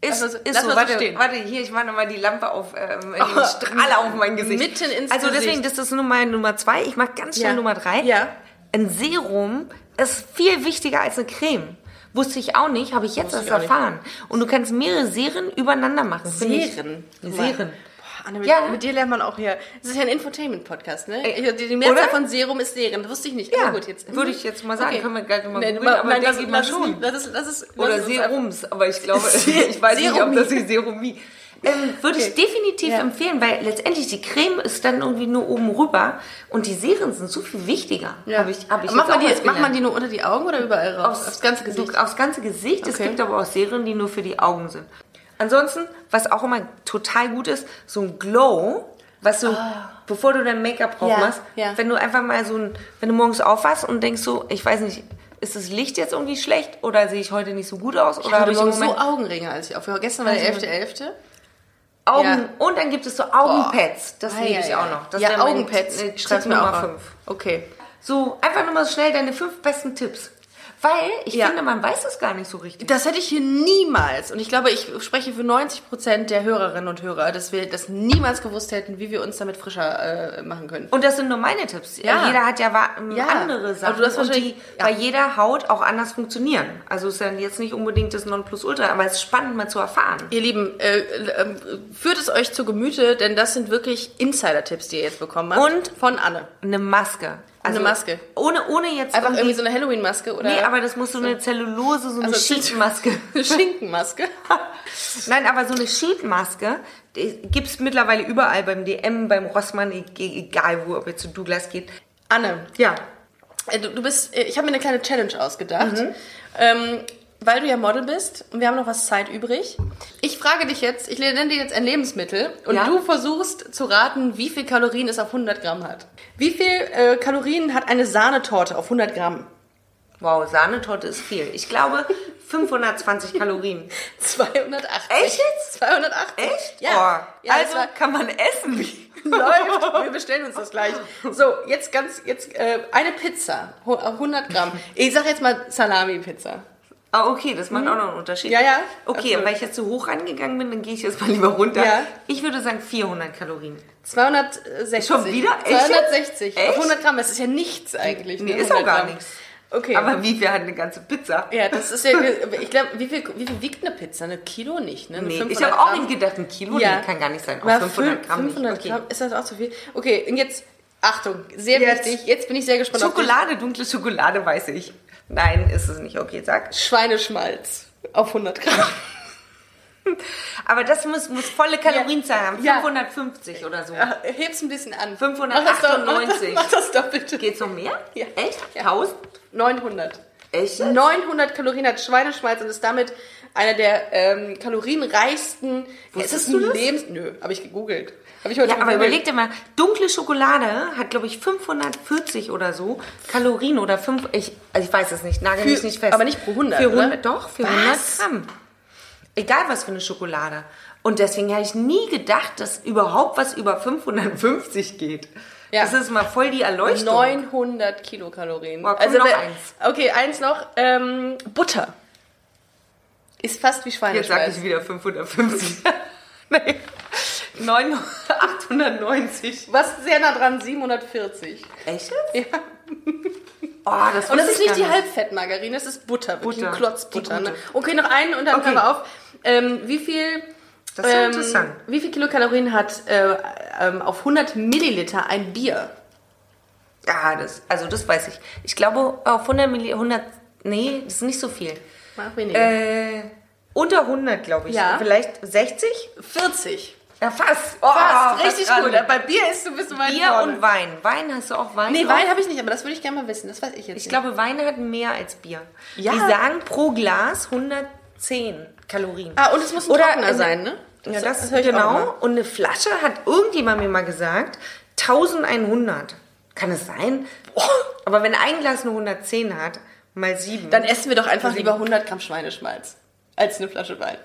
Speaker 3: Ist,
Speaker 2: Also,
Speaker 3: ist
Speaker 2: lass
Speaker 3: so,
Speaker 2: mal so
Speaker 3: warte,
Speaker 2: stehen.
Speaker 3: warte, hier, ich mache nochmal die Lampe auf, ähm, den Strahler auf mein Gesicht.
Speaker 2: Mitten ins
Speaker 3: Also deswegen,
Speaker 2: Gesicht.
Speaker 3: das ist Nummer, Nummer zwei. Ich mache ganz schnell
Speaker 2: Ja.
Speaker 3: Nummer drei.
Speaker 2: Ja.
Speaker 3: Ein Serum ist viel wichtiger als eine Creme. Wusste ich auch nicht, habe ich jetzt erst
Speaker 2: ich auch nicht.
Speaker 3: erfahren. Und du kannst mehrere Serien übereinander machen. finde ich. Serien.
Speaker 2: Boah, Anne, mit,
Speaker 3: Ja.
Speaker 2: mit dir lernt man auch hier. Es ist ja ein Infotainment-Podcast, ne?
Speaker 3: Äh,
Speaker 2: die, die Mehrzahl
Speaker 3: oder?
Speaker 2: von Serum ist Serien. Das wusste ich nicht.
Speaker 3: Ja,
Speaker 2: Aber gut, jetzt.
Speaker 3: würde ich jetzt mal sagen. Können wir gleich mal
Speaker 2: nein,
Speaker 3: googeln, aber
Speaker 2: nein,
Speaker 3: denke
Speaker 2: das,
Speaker 3: ich mal
Speaker 2: das
Speaker 3: schon.
Speaker 2: Ist, das ist, das ist,
Speaker 3: Oder
Speaker 2: das ist
Speaker 3: Serums, aber ich glaube,
Speaker 2: Se-
Speaker 3: ich weiß nicht, ob
Speaker 2: Serumie.
Speaker 3: das die Serumie. Ähm, würde ich definitiv
Speaker 2: Ja.
Speaker 3: empfehlen, weil letztendlich die Creme ist dann irgendwie nur oben rüber und die Serien sind so viel wichtiger.
Speaker 2: Ja.
Speaker 3: Habe ich, hab ich
Speaker 2: macht,
Speaker 3: jetzt
Speaker 2: man
Speaker 3: auch
Speaker 2: die,
Speaker 3: erst
Speaker 2: macht man
Speaker 3: gelernt.
Speaker 2: die nur unter die Augen oder überall raus?
Speaker 3: aufs,
Speaker 2: Aufs ganze Gesicht.
Speaker 3: so- Aufs ganze Gesicht. Es
Speaker 2: Okay.
Speaker 3: gibt aber auch Serien, die nur für die Augen sind. Ansonsten, was auch immer total gut ist, so ein Glow, was du, bevor du dein Make-up drauf
Speaker 2: Ah. Ja,
Speaker 3: machst,
Speaker 2: ja.
Speaker 3: wenn du einfach mal so ein, wenn du morgens aufwachst und denkst so, ich weiß nicht, ist das Licht jetzt irgendwie schlecht oder sehe ich heute nicht so gut aus oder
Speaker 2: Ich
Speaker 3: habe
Speaker 2: hatte
Speaker 3: ich im
Speaker 2: morgen
Speaker 3: Moment
Speaker 2: so Augenringe, als ich aufhöre. Gestern war der 11.11.
Speaker 3: Augen
Speaker 2: Ja.
Speaker 3: und dann gibt es so Augenpads. Das
Speaker 2: Ah,
Speaker 3: liebe
Speaker 2: ja,
Speaker 3: ich
Speaker 2: ja.
Speaker 3: auch noch. Das
Speaker 2: ja,
Speaker 3: wäre mein
Speaker 2: Augenpads.
Speaker 3: Tipp- äh,
Speaker 2: Schreib
Speaker 3: Tipp
Speaker 2: mir
Speaker 3: Nummer
Speaker 2: auch.
Speaker 3: 5.
Speaker 2: Okay.
Speaker 3: So, einfach nur mal schnell deine fünf besten Tipps. Weil ich
Speaker 2: Ja.
Speaker 3: finde, man weiß es gar nicht so richtig.
Speaker 2: Das hätte ich hier niemals. Und ich glaube, ich spreche für 90 Prozent der Hörerinnen und Hörer, dass wir das niemals gewusst hätten, wie wir uns damit frischer äh, machen können.
Speaker 3: Und das sind nur meine Tipps.
Speaker 2: Ja.
Speaker 3: Jeder hat ja, wa- ähm,
Speaker 2: Ja.
Speaker 3: andere Sachen,
Speaker 2: Aber du hast
Speaker 3: und die
Speaker 2: wahrscheinlich- ja.
Speaker 3: bei jeder Haut auch anders funktionieren. Also ist ja jetzt nicht unbedingt das Nonplusultra, aber es ist spannend mal zu erfahren.
Speaker 2: Ihr Lieben, äh, ähm, führt es euch zu Gemüte, denn das sind wirklich Insider-Tipps, die ihr jetzt bekommen habt.
Speaker 3: Und?
Speaker 2: von Anne.
Speaker 3: Eine Maske. Also
Speaker 2: Maske.
Speaker 3: Ohne, ohne jetzt
Speaker 2: Einfach irgendwie so eine Halloween-Maske oder
Speaker 3: Nee, aber das muss so eine Zellulose, so eine
Speaker 2: Also-
Speaker 3: Schichtmaske.
Speaker 2: eine Schinkenmaske.
Speaker 3: Nein, aber so eine Sheetmaske die gibt's mittlerweile überall beim DM, beim Rossmann, e- e- egal wo, ob ihr zu Douglas geht.
Speaker 2: Anne,
Speaker 3: Ja. Mhm.
Speaker 2: Äh, Du, du bist, äh, ich habe mir eine kleine Challenge ausgedacht. Ähm, weil du ja Model bist und wir haben noch was Zeit übrig. Ich frage dich jetzt, ich nenne dir jetzt ein Lebensmittel und
Speaker 3: Ja.
Speaker 2: du versuchst zu raten, wie viel Kalorien es auf 100 Gramm hat. Wie viel äh, Kalorien hat eine Sahnetorte auf 100 Gramm?
Speaker 3: Wow, Sahnetorte ist viel. Ich glaube 520 Kalorien.
Speaker 2: 280.
Speaker 3: Echt jetzt?
Speaker 2: 280.
Speaker 3: Echt?
Speaker 2: Ja.
Speaker 3: Oh,
Speaker 2: ja
Speaker 3: also
Speaker 2: also
Speaker 3: kann man essen. wie-
Speaker 2: läuft. Wir bestellen uns das gleich. So, jetzt ganz, jetzt äh, eine Pizza, hu- 100 Gramm. Ich sag jetzt mal Salami-Pizza.
Speaker 3: Ah, okay, das macht auch noch einen Unterschied.
Speaker 2: Mhm. Ja, ja,
Speaker 3: Okay,
Speaker 2: absolut.
Speaker 3: und weil ich jetzt so hoch angegangen bin, dann gehe ich jetzt mal lieber runter.
Speaker 2: Ja.
Speaker 3: Ich würde sagen 400 Kalorien.
Speaker 2: 260.
Speaker 3: Schon wieder? Echt?
Speaker 2: 260.
Speaker 3: Echt?
Speaker 2: Auf 100 Gramm. Das ist ja nichts eigentlich.
Speaker 3: Nee,
Speaker 2: ne?
Speaker 3: ist auch
Speaker 2: 100
Speaker 3: gar
Speaker 2: Gramm.
Speaker 3: nichts.
Speaker 2: Okay.
Speaker 3: Aber wie viel hat eine ganze Pizza?
Speaker 2: ja, das ist ja, ich glaube, wie viel, wie viel wiegt eine Pizza? Eine Kilo nicht, ne? Eine
Speaker 3: Nee,
Speaker 2: 500
Speaker 3: ich habe auch
Speaker 2: Gramm.
Speaker 3: nicht gedacht, ein Kilo,
Speaker 2: Ja.
Speaker 3: nee, kann gar nicht sein. Auch
Speaker 2: Na,
Speaker 3: 500
Speaker 2: fün-
Speaker 3: Gramm
Speaker 2: 500
Speaker 3: nicht. Okay.
Speaker 2: Gramm, ist das auch zu viel? Okay, und jetzt, Achtung, sehr
Speaker 3: Jetzt.
Speaker 2: wichtig, jetzt bin ich sehr gespannt auf
Speaker 3: Schokolade, dunkle Schokolade, weiß ich. Nein, ist es nicht. Okay, sag.
Speaker 2: dich. Schweineschmalz auf 100 Gramm.
Speaker 3: Aber das muss, muss volle Kalorienzahl haben.
Speaker 2: Ja.
Speaker 3: 550 oder so.
Speaker 2: Ja, Heb's ein bisschen an.
Speaker 3: 598.
Speaker 2: Mach das doch bitte.
Speaker 3: Geht's um mehr?
Speaker 2: Ja.
Speaker 3: Echt?
Speaker 2: Ja. Mhm.
Speaker 3: 1000?
Speaker 2: 900.
Speaker 3: Echt?
Speaker 2: 900 Kalorien hat Schweineschmalz und ist damit einer der ähm, kalorienreichsten.
Speaker 3: Wusstest
Speaker 2: es
Speaker 3: du
Speaker 2: ein
Speaker 3: das?
Speaker 2: Lebens... Nö, habe ich gegoogelt. Habe ich heute
Speaker 3: Ja, aber
Speaker 2: gegoogelt.
Speaker 3: überleg dir mal, dunkle Schokolade hat, glaube ich, 540 oder so Kalorien oder 5, ich, also ich weiß es nicht, nagel
Speaker 2: Für-
Speaker 3: mich nicht fest.
Speaker 2: aber nicht pro 100,
Speaker 3: Für
Speaker 2: oder?
Speaker 3: 100 Doch, für
Speaker 2: Was?
Speaker 3: 100 Gramm. Egal was für eine Schokolade. Und deswegen habe ich nie gedacht, dass überhaupt was über 550 geht.
Speaker 2: Ja.
Speaker 3: Das ist mal voll die Erleuchtung.
Speaker 2: 900 Kilokalorien.
Speaker 3: Boah, komm, noch
Speaker 2: wer-
Speaker 3: eins.
Speaker 2: Okay, eins noch. Ähm, Butter. Ist fast wie
Speaker 3: Jetzt sage
Speaker 2: Schweineschmalz.
Speaker 3: ich wieder 550. nee. 9, 890.
Speaker 2: Was sehr nah dran, 740.
Speaker 3: Echt?
Speaker 2: Ja.
Speaker 3: Oh, das
Speaker 2: Und das
Speaker 3: wusste
Speaker 2: ist
Speaker 3: ich
Speaker 2: nicht
Speaker 3: gar
Speaker 2: die Halbfettmargarine, das ist Butter, wirklich
Speaker 3: Butter,
Speaker 2: ein Klotz Butter.
Speaker 3: die
Speaker 2: Ne?
Speaker 3: gute.
Speaker 2: Okay, noch einen und dann
Speaker 3: Okay.
Speaker 2: hören wir auf. Ähm, wie viel...
Speaker 3: Das ist ja
Speaker 2: ähm,
Speaker 3: interessant.
Speaker 2: Wie viel Kilokalorien hat äh, ähm, auf 100 Milliliter ein Bier?
Speaker 3: Ja, das, also das weiß ich. Ich glaube, auf 100 Milli, 100, nee, das ist nicht so viel.
Speaker 2: Mach weniger.
Speaker 3: Äh, unter 100, glaube ich.
Speaker 2: Ja.
Speaker 3: Vielleicht 60?
Speaker 2: 40.
Speaker 3: Ja, fast.
Speaker 2: Oh, Fast,
Speaker 3: fast,
Speaker 2: richtig
Speaker 3: dran.
Speaker 2: gut. Bei Bier ist du bist du weit
Speaker 3: Bier
Speaker 2: vorne.
Speaker 3: und Wein. Wein, hast du auch Wein?
Speaker 2: Nee,
Speaker 3: drauf?
Speaker 2: Wein habe ich nicht, aber das würde ich gerne mal wissen. Das weiß ich jetzt
Speaker 3: Ich glaube, Wein hat mehr als Bier.
Speaker 2: Ja.
Speaker 3: Die sagen pro Glas 110 Kalorien.
Speaker 2: nicht. Ah, und es muss ein
Speaker 3: Oder
Speaker 2: Trockener
Speaker 3: eine-
Speaker 2: sein, ne?
Speaker 3: ja,
Speaker 2: das
Speaker 3: das,
Speaker 2: höre ich auch
Speaker 3: genau.
Speaker 2: immer.
Speaker 3: Und eine Flasche hat irgendjemand mir mal gesagt, 1100. Kann es sein?
Speaker 2: Oh.
Speaker 3: Aber wenn ein Glas nur 110 hat, mal 7.
Speaker 2: Dann essen wir doch einfach
Speaker 3: Deswegen-
Speaker 2: lieber 100 Gramm Schweineschmalz als eine Flasche Wein.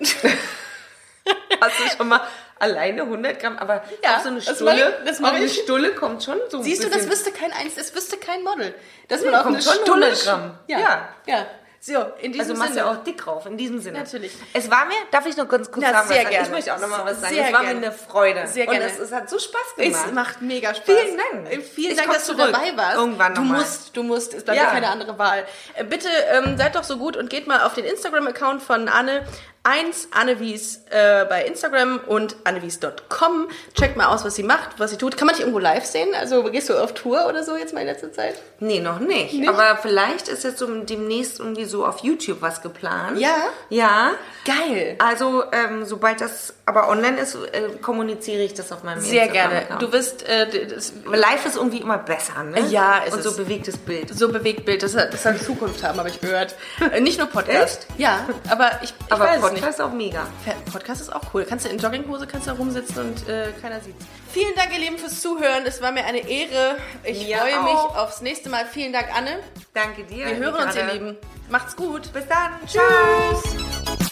Speaker 3: Hast du schon mal alleine 100 Gramm, aber
Speaker 2: Ja,
Speaker 3: auf so eine
Speaker 2: das
Speaker 3: Stulle,
Speaker 2: mache ich- das mache
Speaker 3: auf eine
Speaker 2: ich.
Speaker 3: Stulle kommt schon so ein
Speaker 2: Siehst du, das
Speaker 3: bisschen.
Speaker 2: wüsste kein eins, das wüsste kein Model. Dass
Speaker 3: Nee,
Speaker 2: man auf
Speaker 3: kommt
Speaker 2: eine
Speaker 3: schon
Speaker 2: Stunde
Speaker 3: 100 Gramm.
Speaker 2: Ja.
Speaker 3: Ja.
Speaker 2: ja. So, in diesem
Speaker 3: also machst du
Speaker 2: Sinne.
Speaker 3: ja auch dick rauf, in diesem Sinne.
Speaker 2: Natürlich.
Speaker 3: Es war mir, darf ich noch ganz kurz
Speaker 2: Ja,
Speaker 3: sagen, was
Speaker 2: sehr
Speaker 3: sagen? Ich
Speaker 2: gerne.
Speaker 3: möchte auch noch mal was sagen.
Speaker 2: Sehr
Speaker 3: es war
Speaker 2: gerne.
Speaker 3: mir eine Freude.
Speaker 2: Sehr
Speaker 3: Und
Speaker 2: gerne.
Speaker 3: es, es hat so Spaß gemacht.
Speaker 2: Es macht mega Spaß.
Speaker 3: Vielen Dank.
Speaker 2: Äh, Vielen
Speaker 3: Ich
Speaker 2: Dank,
Speaker 3: komm
Speaker 2: dass du
Speaker 3: zurück.
Speaker 2: dabei warst.
Speaker 3: Irgendwann
Speaker 2: du
Speaker 3: noch mal.
Speaker 2: musst, du musst. Es bleibt ja,
Speaker 3: Ja.
Speaker 2: keine andere Wahl. Äh, Bitte ähm, seid doch so gut und geht mal auf den Instagram-Account von Anne. 1 Annewies äh, bei Instagram und annewies.com. Checkt mal aus, was sie macht, was sie tut. Kann man dich irgendwo live sehen? Also gehst du auf Tour oder so jetzt mal in letzter Zeit?
Speaker 3: Nee, noch nicht.
Speaker 2: Nicht?
Speaker 3: Aber vielleicht ist jetzt so demnächst irgendwie so auf YouTube was geplant.
Speaker 2: Ja?
Speaker 3: Ja.
Speaker 2: Geil.
Speaker 3: Also, ähm, sobald das aber online ist, äh, kommuniziere ich das auf meinem
Speaker 2: Sehr gerne.
Speaker 3: Instagram-Account.
Speaker 2: Du wirst äh, d- das
Speaker 3: Live ist irgendwie immer besser, ne?
Speaker 2: Ja, es
Speaker 3: Und so
Speaker 2: ist-
Speaker 3: bewegtes Bild.
Speaker 2: so bewegt Bild, das hat, das hat Zukunft haben, habe ich gehört. Äh, Nicht nur Podcast. Ja, aber ich, ich
Speaker 3: Aber
Speaker 2: weiß es nicht.
Speaker 3: Podcast auch mega.
Speaker 2: Podcast ist auch cool. Kannst du in Jogginghose kannst du da rumsitzen und äh, keiner sieht's. Vielen Dank, ihr Lieben, fürs Zuhören. Es war mir eine Ehre. Ich
Speaker 3: Mir
Speaker 2: freue
Speaker 3: auch.
Speaker 2: mich aufs nächste Mal. Vielen Dank, Anne.
Speaker 3: Danke dir.
Speaker 2: Wir hören uns, ihr
Speaker 3: Gerade.
Speaker 2: Lieben. Macht's gut.
Speaker 3: Bis dann. Tschüss.
Speaker 2: Tschüss.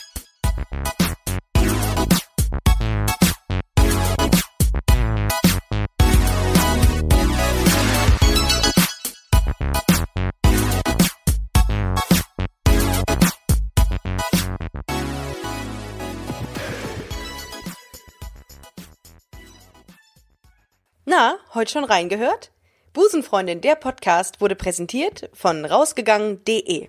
Speaker 2: Na, heute schon reingehört? Busenfreundin, der Podcast wurde präsentiert von rausgegangen.de.